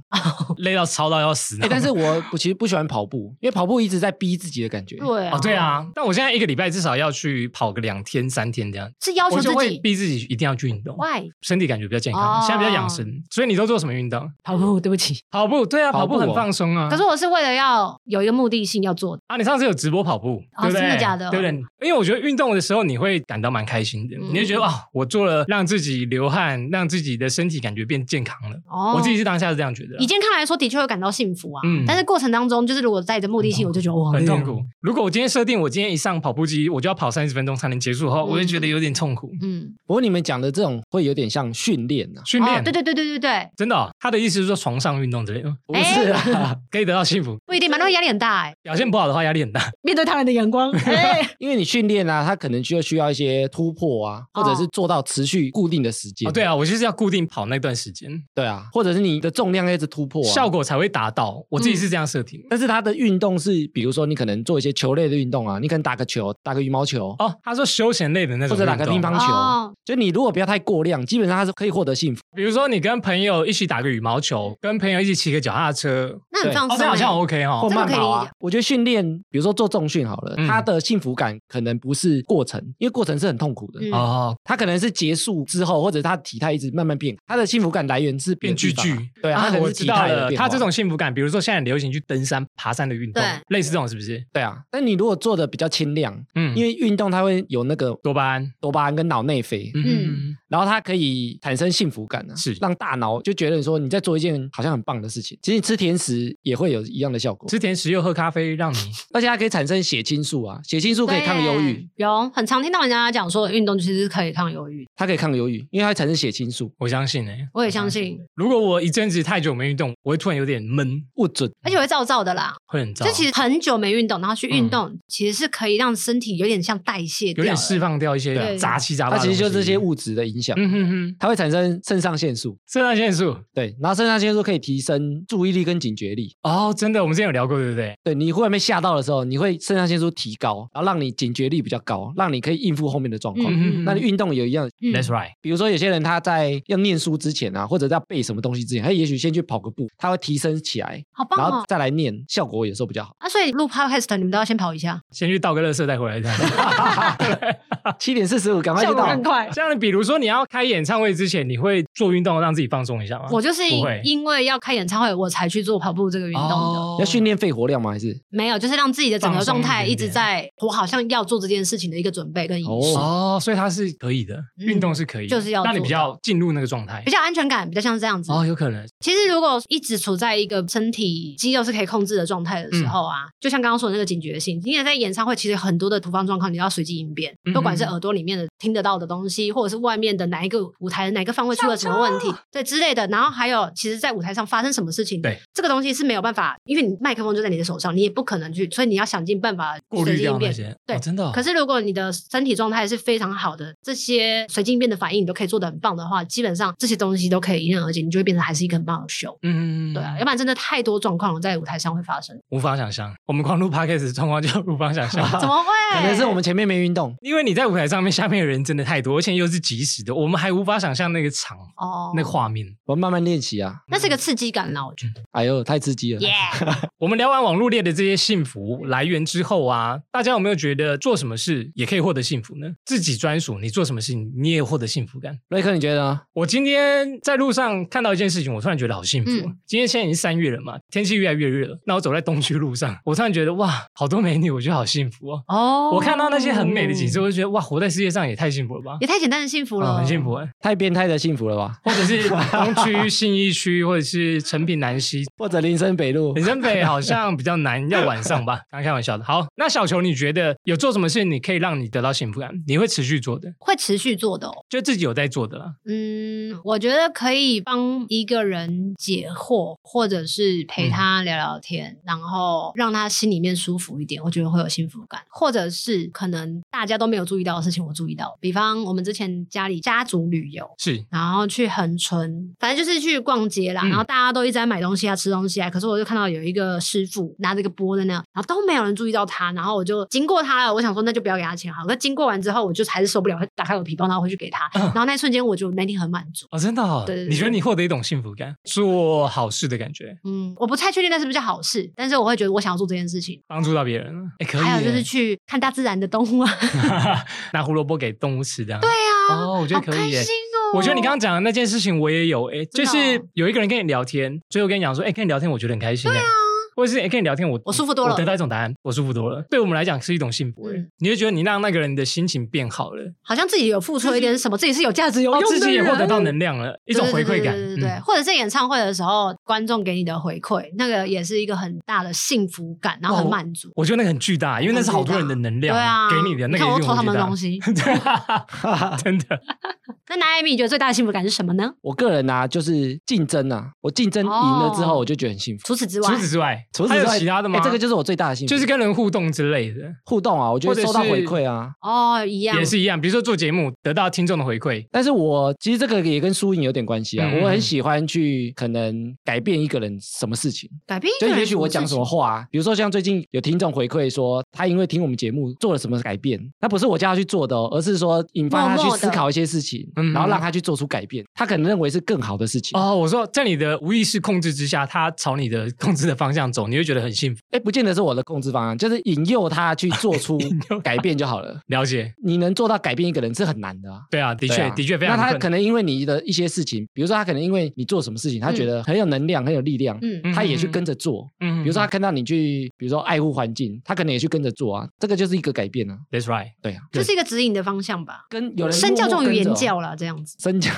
累到超到要死那
哎，
种。
但是我我其实不喜欢跑步，因为跑步一直在逼自己的感觉。
对啊
哦，对，啊，但我现在一个礼拜至少要去跑个两天三天这样，
是要求
我
哦自
就会
己。
逼自己一定要去运动，
Why
身体感觉比较健康，现在比较养
哦
生。所以你都做什么运动？
跑步？对不起，
跑步，对啊，
跑
跑步
步
很
哦
放松啊。
可是我是为了要有一个目的性要做的。
啊，你上次有直播跑步，
哦
对不对？
真的假的
对不对？因为我觉得运动的时候，你会感到蛮开心的，
嗯
你就觉得哇，我做了让自己流汗，让自己的身体感觉变健康了。
哦，
我自己是当下是这样觉得啊啦
以，健康来说，的确会感到幸福啊。
嗯
但是过程当中，就是如果带着目的性，我就觉得哇，
很痛苦。如果我今天设定我今天一上跑步机，我就要跑三十分钟才能结束的话，
嗯
我就觉得有点痛苦。
嗯，
不过你们讲的这种会有点像训练啊，
训练，
哦对对对对对对，
真的哦、他的意思是说床上运动之类的，
哎
不是啊，
可以得到幸福。
不一定嘛，那会压力很大哎。
表现不好的话，压力很大。
面对他人的眼 光，哎，
因为你训练啊，它可能就需要一些突破啊，或者是做到持续固定的时间。
哦，对啊，我就是要固定跑那段时间，
对啊，或者是你的重量要一直突破、啊，
效果才会达到。我自己是这样设定。
但是它的运动是，比如说你可能做一些球类的运动啊，你可能打个球、打个羽毛球，
嗯
哦，他说休闲类的那种
或者打个
运动
乒乓球。
哦
就你如果不要太过量，基本上它是可以获得幸福。
比如说，你跟朋友一起打个羽毛球，跟朋友一起骑个脚踏车，
那很
对
放
哦，
松
这
哎。
好像 OK
或
哦。
这个
慢
可以
跑啊
理解，
我觉得训练，比如说做重训好了，
嗯
它的幸福感可能不是过程，因为过程是很痛苦的。
嗯
哦，
它可能是结束之后，或者它体态一直慢慢变，它的幸福感来源是别
变
的
巨
地方啊
巨，
对啊，它可能
我
是
知
体
道
态的
了。
变
他
化
这种幸福感，比如说现在很流行去登山、爬山的运动
对，
类似这种是不是？
对啊，但你如果做的比较轻量，
嗯，
因
为
为运动它会有那个
多巴胺，
多巴胺跟脑内啡，
嗯，
然后它可以产生幸福感呢、啊，
是
让大脑就觉得你说你在做一件好像很棒的事情。其实吃甜食也会有一样的效果，
吃甜食又喝咖啡，让你
而且它可以产生血清素啊，血清素可以抗忧郁，
对，有很常听到人家讲说运动其实是可以抗忧郁，
它可以抗忧郁，因为它会产生血清素。
我相信哎、
我也相信，
如果我一阵子太久没运动，我会突然有点闷，
不准，
而且会燥燥的啦。
会很燥
这，其实很久没运动，然后去运动，其实是可以让身体有点像代谢
嗯有
掉
点
了，
释放掉一
对
些杂七杂
它
八的东
其
西。
实就是这些物质的影响，
嗯哼哼，
它会产生肾上腺素，
肾上腺素
对，然后肾上腺素可以提升注意力跟警觉力。
哦，真的，我们之前有聊过，对不对？
对你忽然被吓到的时候，你会肾上腺素提高，然后让你警觉力比较高，让你可以应付后面的状况。
嗯
那你运动也一样，
嗯
That's right，
比如说有些人他在要念书之前啊，或者在背什么东西之前，他也许先去跑个步，他会提升起来，
好
然
棒
后
哦。。
再来念，效果有时候比较好
啊，所以录 podcast 你们都要先跑一下，
先去倒个垃圾再回来的。
七点四十五，赶快
效
去
果
到。
更 快。
像比如说你要开演唱会之前，你会做运动让自己放松一下吗？
我就是
不会
因为要开演唱会，我才去做跑步这个运动的。
哦
要训练肺活量吗？还是
没有，就是让自己的整个
放松
状态
一
一
点
直
点
在，我好像要做这件事情的一个准备跟仪式，
哦
哦，所以它是可以的，运动是可以的，
嗯就是要
让你
做
比
到
较进入那个状态
比。较安全感，比较像是这样子。
哦，有可能，
其实，如果一直处在一个身体肌肉是可以控制的状态的
嗯
时候啊，就像刚刚说的那个警觉性，你也在演唱会，其实很多的突发状况你要随机应变，
嗯
不管是耳朵里面的听得到的东西，或者是外面的哪一个舞台哪个方位出了什么问题，对之类的。然后还有，其实，在舞台上发生什么事情，
对
这个东西是没有办法，因为你麦克风就在你的手上，你也不可能去，所以你要想尽办法
过
随
滤
机
掉
应
那
变。
些。
对
哦真的哦。
可是，如果你的身体状态是非常好的，这些随机应变的反应你都可以做得很棒的话，基本上这些东西都可以迎刃而解，你就会变成还是一个很棒的秀。
嗯，嗯嗯嗯
对啊，要不然真的太多状况在舞台上会 发生。
无法想象，我们光录 podcast 的状况就无法想象。
怎 么会？
可能是我们前面没运动，
因为你在舞台上面，下面的人真的太多，而且又是即时的，我们还无法想象那个场、
哦，
那个画面。
我们慢慢练习啊。
那是个刺激感啦，我觉得。
哎呦，太刺激
嗯
了！
耶、
我们聊完网络列的这些幸福来源之后啊，大家有没有觉得做什么事也可以获得幸福呢？自己专属，你做什么事情你也获得幸福感。
瑞克，你觉得呢？
我今天在路上看到一件事情，我突然觉得好幸福。哦
嗯
今天现在已经三月了嘛，天气越来越热，那我走在东区路上，我突然觉得哇，好多美女，我觉得好幸福哦。
哦
我看到那些很美的景色，我就觉得哇，活在世界上也太幸福了吧。
也太简单的幸福了，
哦很幸福。哎、
太变态的幸福了吧？
或者是东区、信义区，或者是成品南西。
或者林森北 路
林，森北好像比较难，要晚上 吧。刚开玩笑的。好，那小球，你觉得有做什么事你可以让你得到幸福感？你会持续做的，
会持续做的、哦。
就自己有在做的啦。
嗯，我觉得可以帮一个人解惑，或者是陪
嗯
他聊聊天，然后让他心里面舒服一点，我觉得会有幸福感。或者是可能大家都没有注意到的事情，我注意到，比方我们之前家里家族旅游，
是，
然后去恒春，反正就是去逛街啦。
嗯
然后大家都一直在买东西啊、吃东西啊。可是我就看到有一个师傅拿着一个钵在那，然后都没有人注意到他。然后我就经过他了，我想说那就不要给他钱好了。可经过完之后，我就还是受不了，会打开我的皮包，然后回去给他。
嗯
然后那一瞬间，我就那天很满足。
哦，真的、哦。
对对对
你觉得你获得一种幸福感，做好事的感觉，
嗯，我不太确定那是不是好事，但是我会觉得我想要做这件事情。
帮助到别人了。哎，可以耶。
还有就是去看大自然的动物啊， 对
拿胡萝卜给动物吃的。对
啊，
哦，我觉
好
得可
开
以耶
心。哦。
我觉得你刚刚讲的那件事情我也有，哎、就
真的哦啊
是有一个人跟你聊天，最后跟你讲说，哎、跟你聊天我觉得很开心、哎，或者是哎、跟你聊天我
我舒服多了
我得到一种答案，我舒服多了，对我们来讲是一种幸福、哎、
嗯
你会觉得你让那个人的心情变好了，
好像自己有付出了一点什么，自己是有价值、有
哦
用的
自己也获得
人
到能量了，一
一
种回馈感，
对对对对对
嗯
或者在演唱会的时候，观众给你的回馈，那个也是一个很大的幸福感，然后很
哇
满足。
我觉得那个很巨大，因为那是好多人的能
对
量，
啊，
给你的那个
看
一
我
定
偷他
很巨
们的
大
东。西。
真的，
那拿艾米觉得最大的幸福感是什么呢？
我个人啊，就是竞争啊，我竞争赢了之后，
哦
我就觉得很幸福。
除此之外，
除此之外，
除此
还
之
有
外，
其他的吗？
哎这个就是我最大的幸福，
就是跟人互动之类的，
互动啊，我觉
或者
得收到
是
回馈啊。
哦，一样
也是一样。比如说做节目得到听众的回馈，
但是我其实这个也跟输赢有点关系啊。
嗯
我很喜欢去可能改变一个人什么事情，
改变一
就
个人。
也许我讲什么，话、啊，比如说像最近有听众回馈说，他因为听我们节目做了什么改变，那不是我叫他去做的哦，而是说引发他
默
去
默地
思考一些事情，
嗯
然后让他去做出改变，他可能认为是更好的事情。
哦，我说在你的无意识控制之下，他朝你的控制的方向走，你会觉得很幸福。
哎，不见得是我的控制方案，就是引诱他去 做出
诱
改变就好了。
了解，
你能做到改变一个人是很难的啊。
对啊，的
对
确，
啊
的确非
那
常困
他
难。
可能因为你的一些事情，比如说他可能因为你做什么事情，他觉得很有能量、很有力量，
嗯
他也去
嗯
跟着做。
嗯
比如说他看到你去，比如说爱护环境，他可能也去跟着做啊。这个就是一个改变啊。
，That's right，
对啊，
这是一个指引的方向吧。
跟有人
身教
默默
重于
跟着
言
哦，
教啦，这样子
身教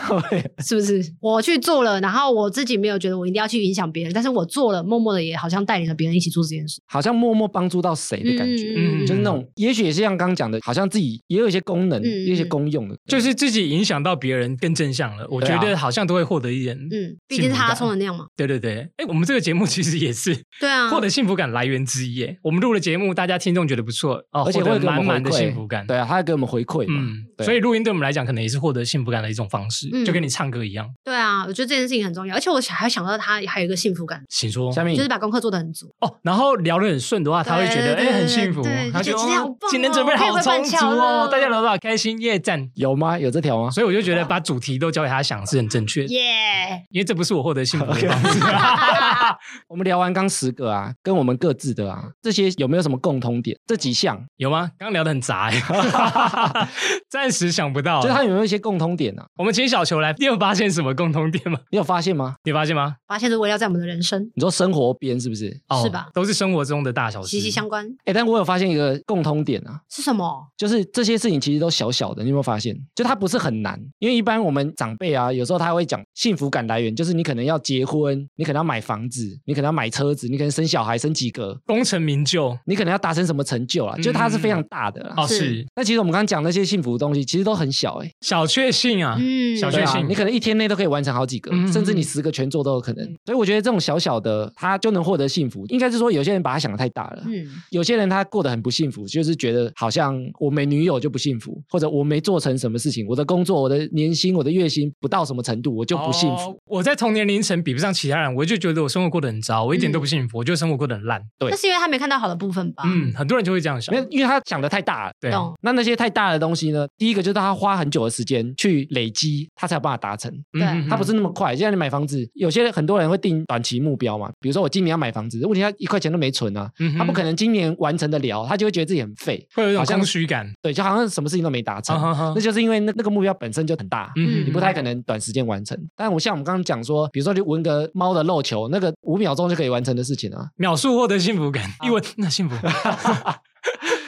是不是？我去做了，然后我自己没有觉得我一定要去影响别人，但是我做了，默默的也好像带领了别人一起做这件事
好像默默帮助到谁的感觉。
嗯
就是那种，也许也是像刚刚讲的，好像自己也有一些功能，
嗯
也有一些功用的，
就是自己影响到别人更正向了。我
对
觉
啊
得好像都会获得一点。
嗯，毕竟是他充的那样嘛。
对对对，哎，我们这个节目其实也是
对啊，
获得幸福感来源之一耶。我们录了节目，大家听众觉得不错哦，
而且
获得
会给我
满
们
满的
回馈
幸福感。
对啊，他会给我们回馈嘛。
嗯，
对
所以录音对我们来讲，可能也是获得幸福感的一种方式，
嗯
就跟你唱歌一样。
对啊，我觉得这件事情很重要，而且我想还想到他还有一个幸福感，
请说。
下面
就是把功课做得很足。
哦，然后聊得很顺的话，他会觉得
对对
哎
对
很幸福
对，
他
就觉得今
哦
天好棒
今天准备
哦可以
好
回板
充足
桥
哦，
了
大家聊得好开心，耶赞。
有吗？有这条吗？
所以我就觉得把主题都交给他想是很正确的，
耶！
因为这不是我获得幸福的方式。
我们聊完刚十个啊，跟我们各自的啊，这些有没有什么共通点？这几项，
有吗？刚刚聊得很杂 耶，暂时想不到
就。是它有没有一些共通点啊？
我们请小球来，你有发现什么共通点吗？
你有发现吗？
你有发现吗？
发现是围绕在我们的人生
你说生活边是不是？
哦
是吧？
都是生活中的大小事，
息息相关
哎，但我有发现一个共通点啊，
是什么？
就是这些事情其实都小小的，你有没有发现？就它不是很难，因为一般我们长辈啊，有时候他会讲幸福感来源，就是你可能要结婚，你可能要买房子，你可能要买车子，你可能生小孩生几个，
功成名就。
你可能要达成什么成就啊，就它是非常大的啦。
哦，
是
是
那其实我们刚刚讲那些幸福的东西，其实都很小哎、欸
小确幸啊，
嗯，
小
对
确
啊
幸，
你可能一天内都可以完成好几个，
嗯
甚至你十个全做都有可能。所以我觉得这种小小的，他就能获得幸福。应该是说，有些人把他想的太大了。
嗯，
有些人他过得很不幸福，就是觉得好像我没女友就不幸福，或者我没做成什么事情，我的工作、我的年薪、我的月薪不到什么程度，我就不幸福。
哦我在同年龄层比不上其他人，我就觉得我生活过得很糟，我一
嗯
点都不幸福，我就生活过得很烂。
对
那是因为他没看到好的部分吧？
嗯，很多人就会这样想
没。有，因为他想的太大了。
对啊，
懂。
那那些太大的东西呢？第一个就是他花很久的时间去累积，他才有办法达成。
嗯
对
嗯嗯
他不是那么快。现在你买房子，有些人很多人会定短期目标嘛，比如说我今年要买房子，问题他一块钱都没存啊，
嗯哼
他不可能今年完成得了，他就会觉得自己很废，
会有一种
好像
空虚感。
对，就好像什么事情都没达成。
啊哈哈
那就是因为那那个目标本身就很大，
嗯
你不太可能短时间完成。但我像我们刚刚讲说，比如说你闻个猫的肉球，那个五秒钟就可以完成的事情啊，
秒速获得幸福感，
嗯
一闻 那幸福。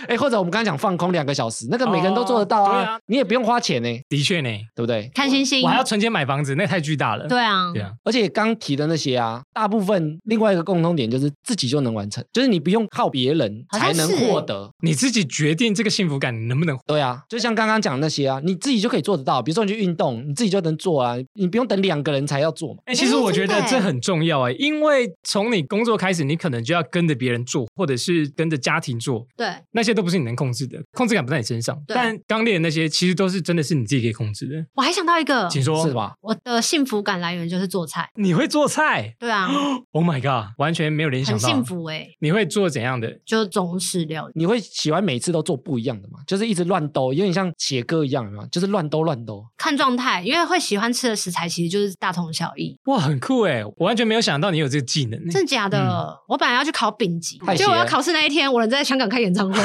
哎，或者我们刚刚讲放空两个小时，那个每个人都做得到啊，
哦对啊
你也不用花钱呢、
的确呢，
对不对？
看星星
我，还要存钱买房子，那太巨大了。
哎对啊，
对啊，
而且刚提的那些啊，大部分另外一个共通点就是自己就能完成，就是你不用靠别人
好
才
像是
能获
欸
得。
你自己决定这个幸福感你能不能
对啊，就像刚刚讲的那些啊，你自己就可以做得到。比如说你去运动，你自己就能做啊，你不用等两个人才要做嘛。
哎、其实我觉
真
得
的欸
这很重要哎、因为从你工作开始，你可能就要跟着别人做，或者是跟着家庭做，
对，
那些都不是你能控制的，控制感不在你身上。
对哦
但刚练的那些，其实都是真的是你自己可以控制的。
我还想到一个，
请说，
是？吧？
我的幸福感来源就是做菜，
你会做菜
对啊，
？Oh my god，完全没有联想
很
到。
幸。福哎，
你会做怎样的？
就中式料理，
你会喜欢每次都做不一样的嘛？就是一直乱兜，有点像写歌一样，有没有？就是乱兜乱兜。
看状态，因为会喜欢吃的食材其实就是大同小异，
哇，很酷哎！我完全没有想到你有这个技能欸。
真的假的？我本来要去考丙级
太，
结果
邪
要
了
考试那一天，我人在香港开 演唱会，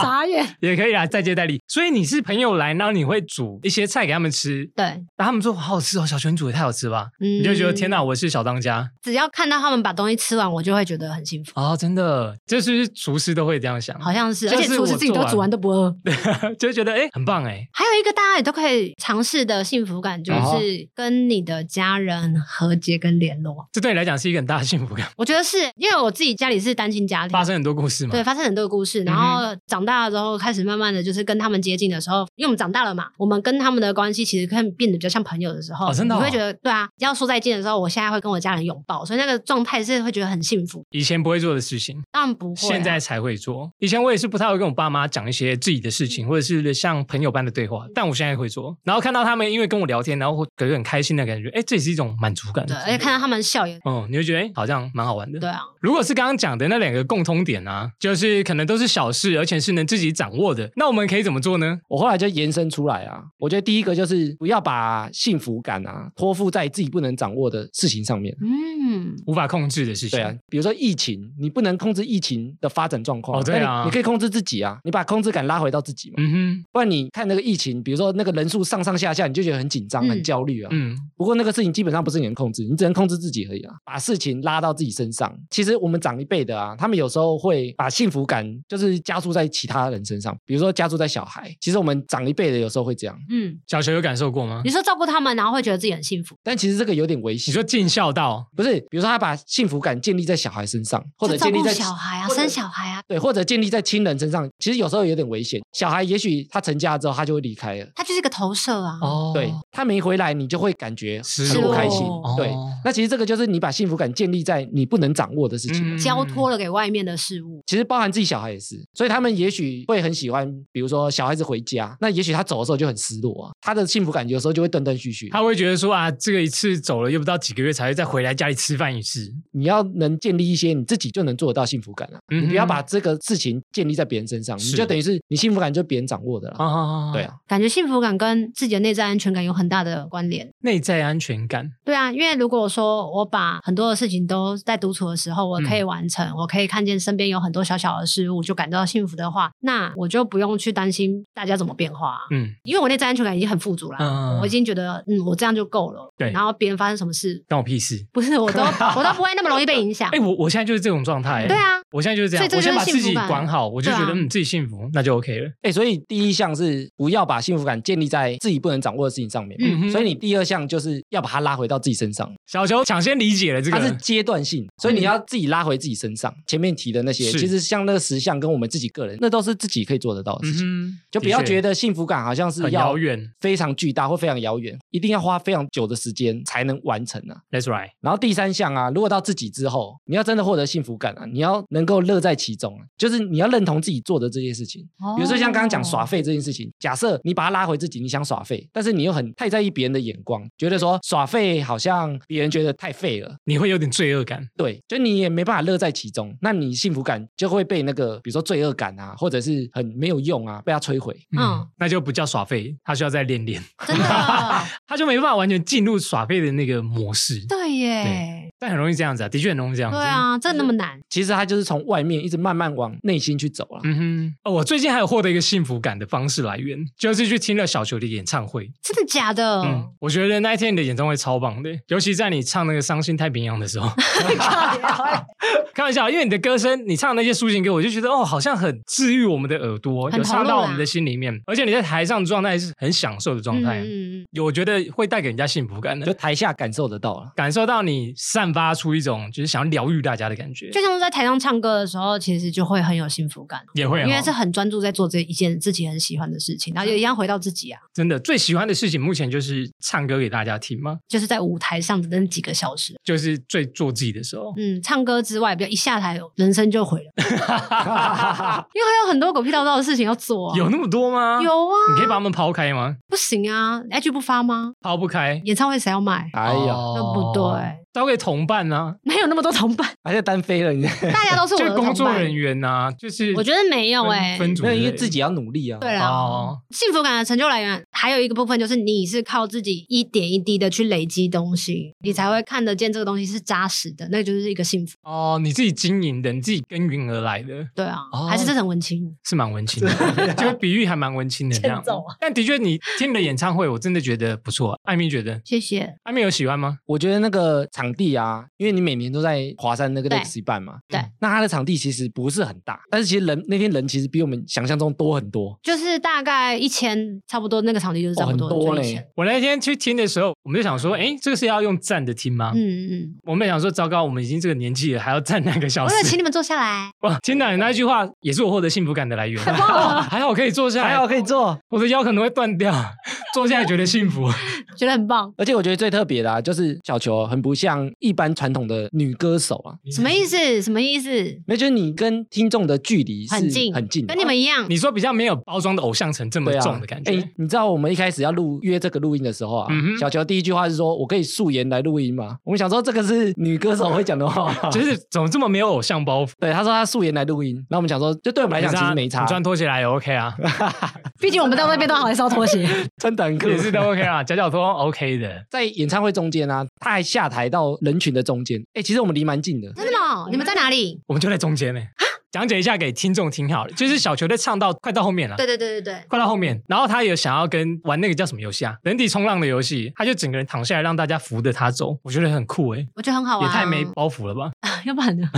傻眼。
也可以啊，再接再厉。所以你是朋友来，然后你会煮一些菜给他们吃，
对，
然后他们说好好吃哦，小泉煮也太好吃吧，
嗯
你就觉得天哪，我是小当家
只要看到他们把东西吃完，我就会觉得很幸福，
哦，真的，这是不是厨师都会这样想，
好像是，
就
而
是
且厨师自己
我做
都
完
煮完都不饿。
就会觉得哎、很棒哎，
还有一个大家也都可以尝试的幸福感，就
啊哈
是跟你的家人和解跟联络。
这对你来讲是一个很大的幸 福感。
我觉得是因为我自己家里是单亲家庭
发。生很多嗯故事嘛，
对，，发生很多故事，然后长大了之后，开始慢慢的就是跟他们接近的时候，因为我们长大了嘛，我们跟他们的关系其实看变得比较像朋友的时候，
哦真的哦
你会觉得对啊，要说再见的时候，我现在会跟我家人拥抱，所以那个状态是会觉得很幸福。
以前不会做的事情。
当然不会啊、
现在才会做，以前我也是不太会跟我爸妈讲一些自己的事
嗯
情，或者是像朋友般的对话，但我现在会做。然后看到他们因为跟我聊天，然后会感觉很开心的感觉，哎，这也是一种满足感。
嗯
对，而且看到他们笑也
哦，你会觉得哎，好像蛮好玩的。
对啊，
如果是刚刚讲的那两个共通点啊，就是可能都是小事，而且是能自己掌握的，那我们可以怎么做呢？
我后来就延伸出来啊，我觉得第一个就是不要把幸福感啊托付在自己不能掌握的事情上面。
嗯，
无法控制的事情。
对啊，比如说疫情，你不能控制疫情的发展状况，
哦对
但你
啊
你可以控制自己啊，你把控制感拉回到自己嘛。
嗯
不然你看那个疫情，比如说那个人数上上下下，你就觉得很紧张、
嗯
很焦虑啊。
哼，嗯，
不过那个事情基本上不是你能控制，你只能控制自己而已啊，把事情拉到自己身上。其实我们长一辈的啊，他们有时候会把幸福感就是加注在其他人身上，比如说加注在小孩。其实我们长一辈的有时候会这样，
嗯，
小球有感受过吗
你？说照顾他们，然后会觉得自己很幸福，
但其实这个有点危险。
你说尽孝道，
不是？比如说他把幸福感建立在小孩身上，或者
就照
建立
顾
在
小孩啊，
或者
生小孩啊，
对，或者建立在亲人身上，其实有时候有点危险。小孩也许他成家之后他就会离开了，
他就是一个投射啊。
哦
对他没回来，你就会感觉
失
很不
落
开心。
哦
对，那其实这个就是你把幸福感建立在你不能掌握的
嗯
事情。
交托了给外面的事物，
其实包含自己小孩也是，所以他们也许会很喜欢，比如说小孩子回家，那也许他走的时候就很失落啊，他的幸福感有时候就会断断续续。
他会觉得说啊，这个一次走了，又不到几个月才会再回来家里吃饭一次。
你要能建立一些你自己就能做得到幸福感啊，
嗯哼
你不要把这个事情建立在别人身上，你
是
就等于是你幸福感就是别人掌握的啦。
啊，
对，啊，
感觉幸福感跟自己的内在安全感有很大的关联。
内在安全感，
对啊，因为如果说我把很多的事情都在独处的时候，我可以
嗯
完成，我可以看见身边有很多小小的事物，就感到幸福的话，那我就不用去担心大家怎么变化啊、
嗯，
因为我内在安全感已经很富足了，
嗯
我已经觉得嗯，我这样就够了。
对
然后别人发生什么事，
关我屁事。
不是 我都我都不会那么容易被影响
哎、。我我现在就是这种状态。
对，啊，
我现在就是这样，
所以这
我
就是
先把自
幸
己
福感
管好，我就觉得、
对啊
嗯自己幸福，那就 OK 了。
哎，所以第一项是不要把幸福感建立在自己不能掌握的事情上面，
嗯
哼
所以你第二项就是要把它拉回到自己身上。
小球抢先理解了这个，哦嗯
它是阶段性，所以你要自己拉回自己身上。前面提的那些，
是
其实像那个十项跟我们自己个人，那都是自己可以做得到的事情。
嗯哼，
就不要
的确
觉得幸福感好像是
很
要
遥远
非常巨大或非常遥远，一定要花非常久的时间才能完成啊。
That's right，
然后第三项啊，如果到自己之后，你要真的获得幸福感啊，你要能够乐在其中啊，就是你要认同自己做的这件事情。
哎
比如说像刚刚讲耍废这件事情，假设你把它拉回自己，你想耍废，但是你又很太在意别人的眼光，觉得说耍废好像别人觉得太废了，
你会有点罪恶感。
对，就你也没办法乐在其中，那你幸福感就会被那个，比如说罪恶感啊，或者是很没有用啊，被它摧毁。
嗯，
那就不叫耍废，他需要再练练，
哦，真的，
他就没办法完全进入耍废的那个模式，
对耶，
但很容易这样子啊，的确很容易这样子。
对，啊，这那么难，
其实它就是从外面一直慢慢往内心去走了、啊
嗯哼，哦，我最近还有获得一个幸福感的方式来源，就是去听了小球的演唱会。
真的假的？
嗯，我觉得那一天你的演唱会超棒的，尤其在你唱那个《伤心太平洋》的 时候，
啊
开玩笑，因为你的歌声，你唱那些抒情歌，我就觉得哦，好像很治愈我们的耳朵，
很
有
投
唱
入啊
到我
啦
们的心里面，而且你在台上的状态是很享受的状态，
嗯嗯
有觉得会带给人家幸福感的
就。台下感受得到 了。
感受到你散发出一种就是想要疗愈大家的感觉，
就像是在台上唱歌的时候，其实就会很有幸福感，
也会、哦，
因为是很专注在做这一件自己很喜欢的事情，然后也一样回到自己啊，
真的最喜欢的事情，目前就是唱歌给大家听吗？
就是在舞台上的那几个小时，
就是最做自己的时候。
嗯，唱歌之外，不要一下台人生 就毁了，因为还有很多狗屁倒灶的事情要做啊，
有那么多吗？，
有啊，
你可以把他们抛开吗？
不行啊，H 不发吗？
抛不开，
演唱会谁要买？
哎呀，
哦
那不对，
交给同伴啊，
没有那么多同伴，
还是单飞了你。
大家都是我
就
的
是
同
工
伴。
作人员啊，就是
我觉得没有
分
哎、
分组
没有，
之
因为
类
自己要努力啊。
对
的
啊，
哦，
幸福感的成就来源还有一个部分就是你是靠自己一点一滴的去累积东西，你才会看得见这个东西是扎实的，那就是一个幸福。
哦，你自己经营的，你自己耕耘而来的，
对啊，
哦
还是这很文青。
是蛮文青
啊
的，就是比喻还蛮文青的这样
欠揍啊。
但的确，你听你的演唱会，我真的觉得不错。艾米觉得，
谢谢。
艾米有喜欢吗？
我觉得那个场地啊，因为你每年都在华山那个
对
Legacy 办嘛，
对
嗯那它的场地其实不是很大，但是其实人那天人其实比我们想象中多很多，
就是大概一千，差不多那个场地就是差不多、
哦很多
就
嘞
一千。
我那天去听的时候，我们就想说，哎，这个是要用站着听吗？
嗯嗯嗯，
我们想说，糟糕，我们已经这个年纪了，还要站两个小
我
时
有。请你们坐下来。
哇，听到你那一句话，也是我获得幸福感的来源。
啊
还好可以坐下来，
还好可以坐。
我的腰可能会断掉， 坐下来觉得幸 福。
觉得很棒。
而且我觉得最特别的啊，就是小球很不像一般传统的女歌手啊，
什么意思？什么意思？
那就是你跟听众的距离是
很近，
很近的，啊
跟你们一样。
你说比较没有包装的偶像层这么
对啊
重的感觉，
哎你知道我们一开始要录约这个录音的时候啊，
嗯哼
小球第一句话是说：“我可以素颜来录音吗？”我们想说这个是女歌手会讲的 话，
就是怎么这么没有偶像包袱？
对他说他素颜来录音，然后我们想说，就对我们来讲其实没
啊你
差，
穿拖鞋来也 OK 啊。
毕竟我们到那边都好像是要脱鞋，
真的很 可
也是都 OK 啊，脚脚托 OK 的。
在演唱会中间啊，他还下台到人群的中间。哎、其实我们离蛮近的，
真的吗？你们在哪里？
我们就在中间呢、
啊
讲解一下给听众听好了，就是小球队唱到快到后面了。
对对对对对，
快到后面，然后他也想要跟玩那个叫什么游戏啊，人体冲浪的游戏，他就整个人躺下来让大家扶着他走，我觉得很酷哎、
我觉得很好
也
玩啊。
太没包袱了吧？
要不然呢？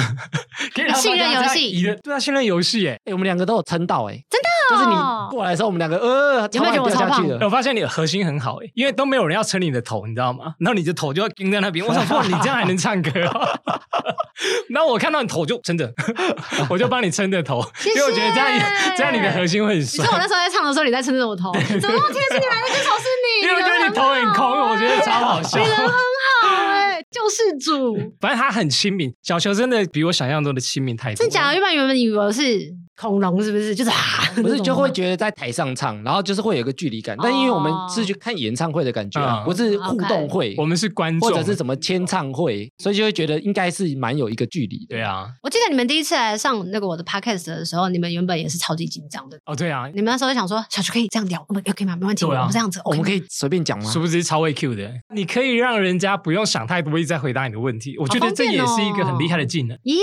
可以让大家
信任游戏
在移的，对啊，信任游戏哎、
哎、我们两个都有撑到、哎，真
的哦
就是你过来的时候，我们两个呃，
有没有觉得我
差点掉
超
下
棒
去
哎
了？
我发现你的核心很好哎、因为都没有人要撑你的头，你知道吗？然后你的头就要钉在那 边，我想说你这样还能唱歌、哦， 然后我看到你头就真的， 我就帮你撑着头，
谢
因为我觉得这样
谢
这样你的核心会很
你
酸
说。我那时候在唱的时候，你在撑着我头，怎么那么贴心？你来的欸就手是你，
因为我觉得你头很空，我觉得超好 笑。
啊好哎，救世主，
反正他很亲民，小球真的比我想象中的亲民太多。
真假的？？一般原本以为是恐龙，是不是？就是啊，
不
那
是，
种
就会
吗
觉得在台上唱，然后就是会有一个距离感。但因为我们
哦
是去看演唱会的感觉啊，
嗯
不是互动会，
我们是观众，
或者是什么签唱会，所以就会觉得应该是蛮有一个距离的。
对，啊，
我记得你们第一次来上那个我的 podcast 的时候，你们原本也是超级紧张的。
哦对啊，
你们那时候就想说，小球可以这样聊，我们 OK 吗？没问题，
对啊
我们这样子，
我们可
以。
以随便讲吗？
殊不知超会 Q 的，你可以让人家不用想太多，一直在回答你的问题。我觉得这也是一
哦
个很厉害的技能。
耶、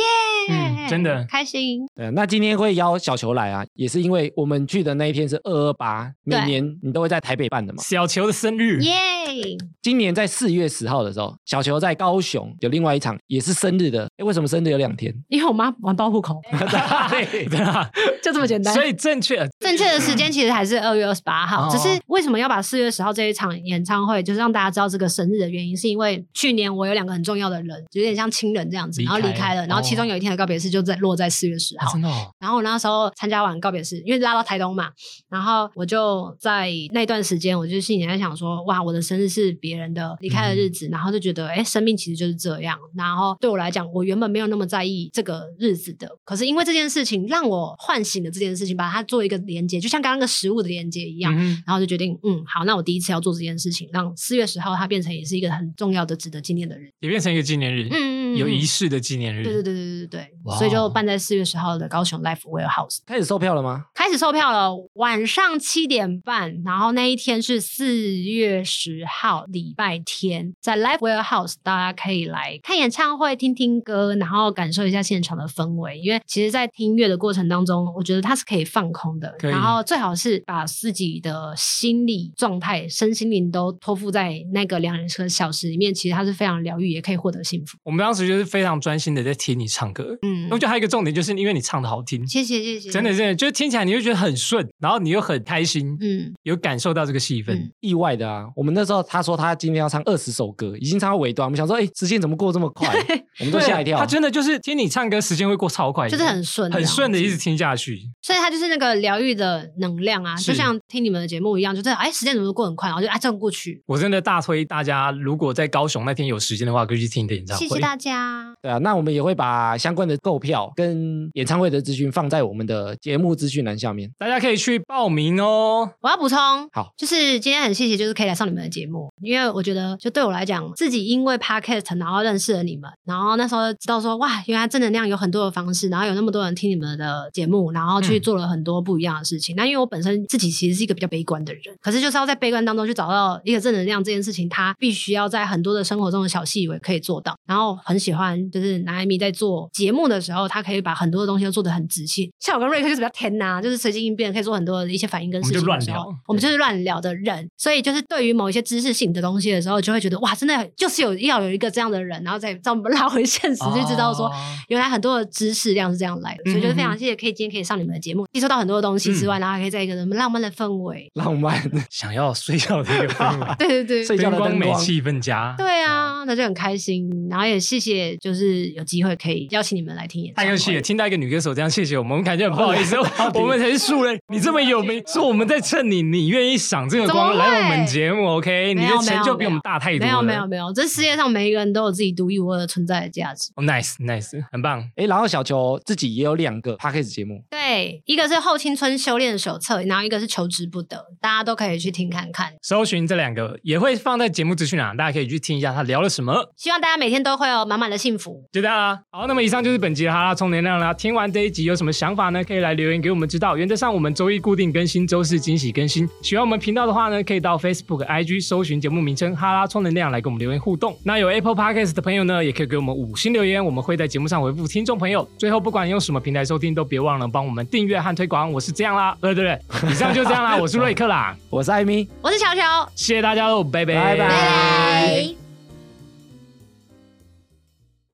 嗯真的
开心，
对，呃那今天会邀小球来啊，也是因为我们去的那一天是二二八，每
对
年你都会在台北办的嘛。
小球的生日，
耶、
嗯
今年在四月十号的时候，小球在高雄有另外一场也是生日的。哎，为什么生日有两天？
因为我妈玩爆 户口，
对对啊，
就这么简单。
所以正确
正确的时间其实还是二月二十八号，
哦
只是为什么要把四月十号这一场演唱会，就是让大家知道这个生日的原因，是因为去年我有两个很重要的人，有点像亲人这样子，
离
然
开哦
后离开了，然后其中有一天的告别式就在落在四月十号
啊，真的哦，
然后我那时候参加完告别式，因为拉到台东嘛，然后我就在那段时间，我就心里在想说，哇，我的生日是别人的离开的日
嗯
子，然后就觉得，哎，生命其实就是这样。然后对我来讲，我原本没有那么在意这个日子的，可是因为这件事情让我唤醒了这件事情，把它做一个连接，就像刚刚那个食物的连接一样。
嗯
然后就决定，嗯，好，那我第一次要做这件事情，让四月十号它变成也是一个很重要的、值得纪念的日。
也变成一个纪念日，
嗯嗯，嗯
有仪
嗯
式的纪念日。
对对对对对对
哇
对，所以就办在四月十号的高雄 Life Warehouse。
开始售票了吗？
开始售票了，晚上七点半，然后那一天是四月十号，礼拜天，在 Live Warehouse，大家可以来看演唱会、听听歌，然后感受一下现场的氛围。因为其实，在听音乐的过程当中，我觉得它是可以放空的，
可以
然后最好是把自己的心理状态、身心灵都托付在那个两个小时里面，其实它是非常疗愈，也可以获得幸福。
我们当时就是非常专心的在听你唱歌，
嗯
那我，觉得还有一个重点，就是因为你唱的好听，
谢谢谢谢，
真的，真的，就是听起来你会觉得很顺，然后你又很开心，
嗯，
有感受到这个气氛
嗯。
意外的啊！我们那时候他说他今天要唱二十首歌，已经唱到尾端，我们想说，哎，时间怎么过这么快？我们都
对
吓一跳。啊
他真的就是听你唱歌，时间会过超快的，
就是很顺，
很顺的，一
思。
直听下去。
所以它就是那个疗愈的能量啊，
是
就像听你们的节目一样，就是哎，时间怎么过很快，然后就啊，这样过去。
我真的大推大家，如果在高雄那天有时间的话，可以去听你的演唱会。
谢谢大家，
对啊，那我们也会把相关的购票跟演唱会的资讯放在我们的节目资讯栏下面。
大家可以去报名哦。
我要补充，
好，
就是今天很谢谢，就是可以来上你们的节目，因为我觉得就对我来讲，自己因为 podcast 然后认识了你们，然后那时候知道说哇，原来正能量有很多的方式，然后有那么多人听你们的节目，然后去
嗯
做了很多不一样的事情。那、因为我本身自己其实是一个比较悲观的人，可是就是要在悲观当中去找到一个正能量这件事情，它必须要在很多的生活中的小细微可以做到。然后很喜欢就是南艾米在做节目的时候，他可以把很多的东西都做得很仔细。像我跟瑞克就是比较天呐、就是随机应变，可以做很多的一些反应跟
我们
事
就
情的
乱
时候
聊
我们就是乱聊的人，所以就是对于某一些知识性的东西的时候，就会觉得哇，真的就是有要有一个这样的人，然后再把我们拉回现实，就知道说。
哦
啊
嗯
原来很多的知识量是这样来的，所以就是非常谢谢可以今天可以上你们的节目，吸收到很多的东西之外，然后还可以在一个什么浪漫的氛围，，
浪漫，
想要睡觉的一个氛围
对对
睡
对，
觉
灯
的
光
灯
美，
光。
气氛佳。
对啊，那就很开心。然后也谢谢，就是有机会可以邀请你们来听演唱
太
会，
客气了，听到一个女歌手这样谢谢我们，我们感觉很不好意
哦
思， 我们才是素人，你这么 有名，是我们在蹭你，你愿意赏这个光
怎么会
来我们节目，OK？你
没有
的成就比
没有
我们大太多
没有
了。
没有没有，这世界上每一个人都有自己独一无二的存在的价值。
哦，nice nice，很棒。
哎，然后小球自己也有两个 p a c k a g e 节目，
对，一个是后青春修炼手册，然后一个是求之不得，大家都可以去听看看。
搜寻这两个也会放在节目资讯栏，大家可以去听一下他聊了什么。
希望大家每天都会有满满的幸福。
就这样啦。好，那么以上就是本集的哈拉充能量啦。听完这一集有什么想法呢？可以来留言给我们知道。原则上我们周一固定更新，周四惊喜更新。喜欢我们频道的话呢，可以到 Facebook、IG 搜寻节目名称“哈拉充能量”来跟我们留言互动。那有 Apple Podcast 的朋友呢，也可以给我们五星留言，我们会在节目上回复听众朋友。最后，不管用什么平台收听，都别忘了帮我们订阅和推广。我是这样啦，呃，对不对？以上就这样啦，我是瑞克啦，
我是艾米，
我是乔乔，
谢谢大家喽，拜
拜拜
拜。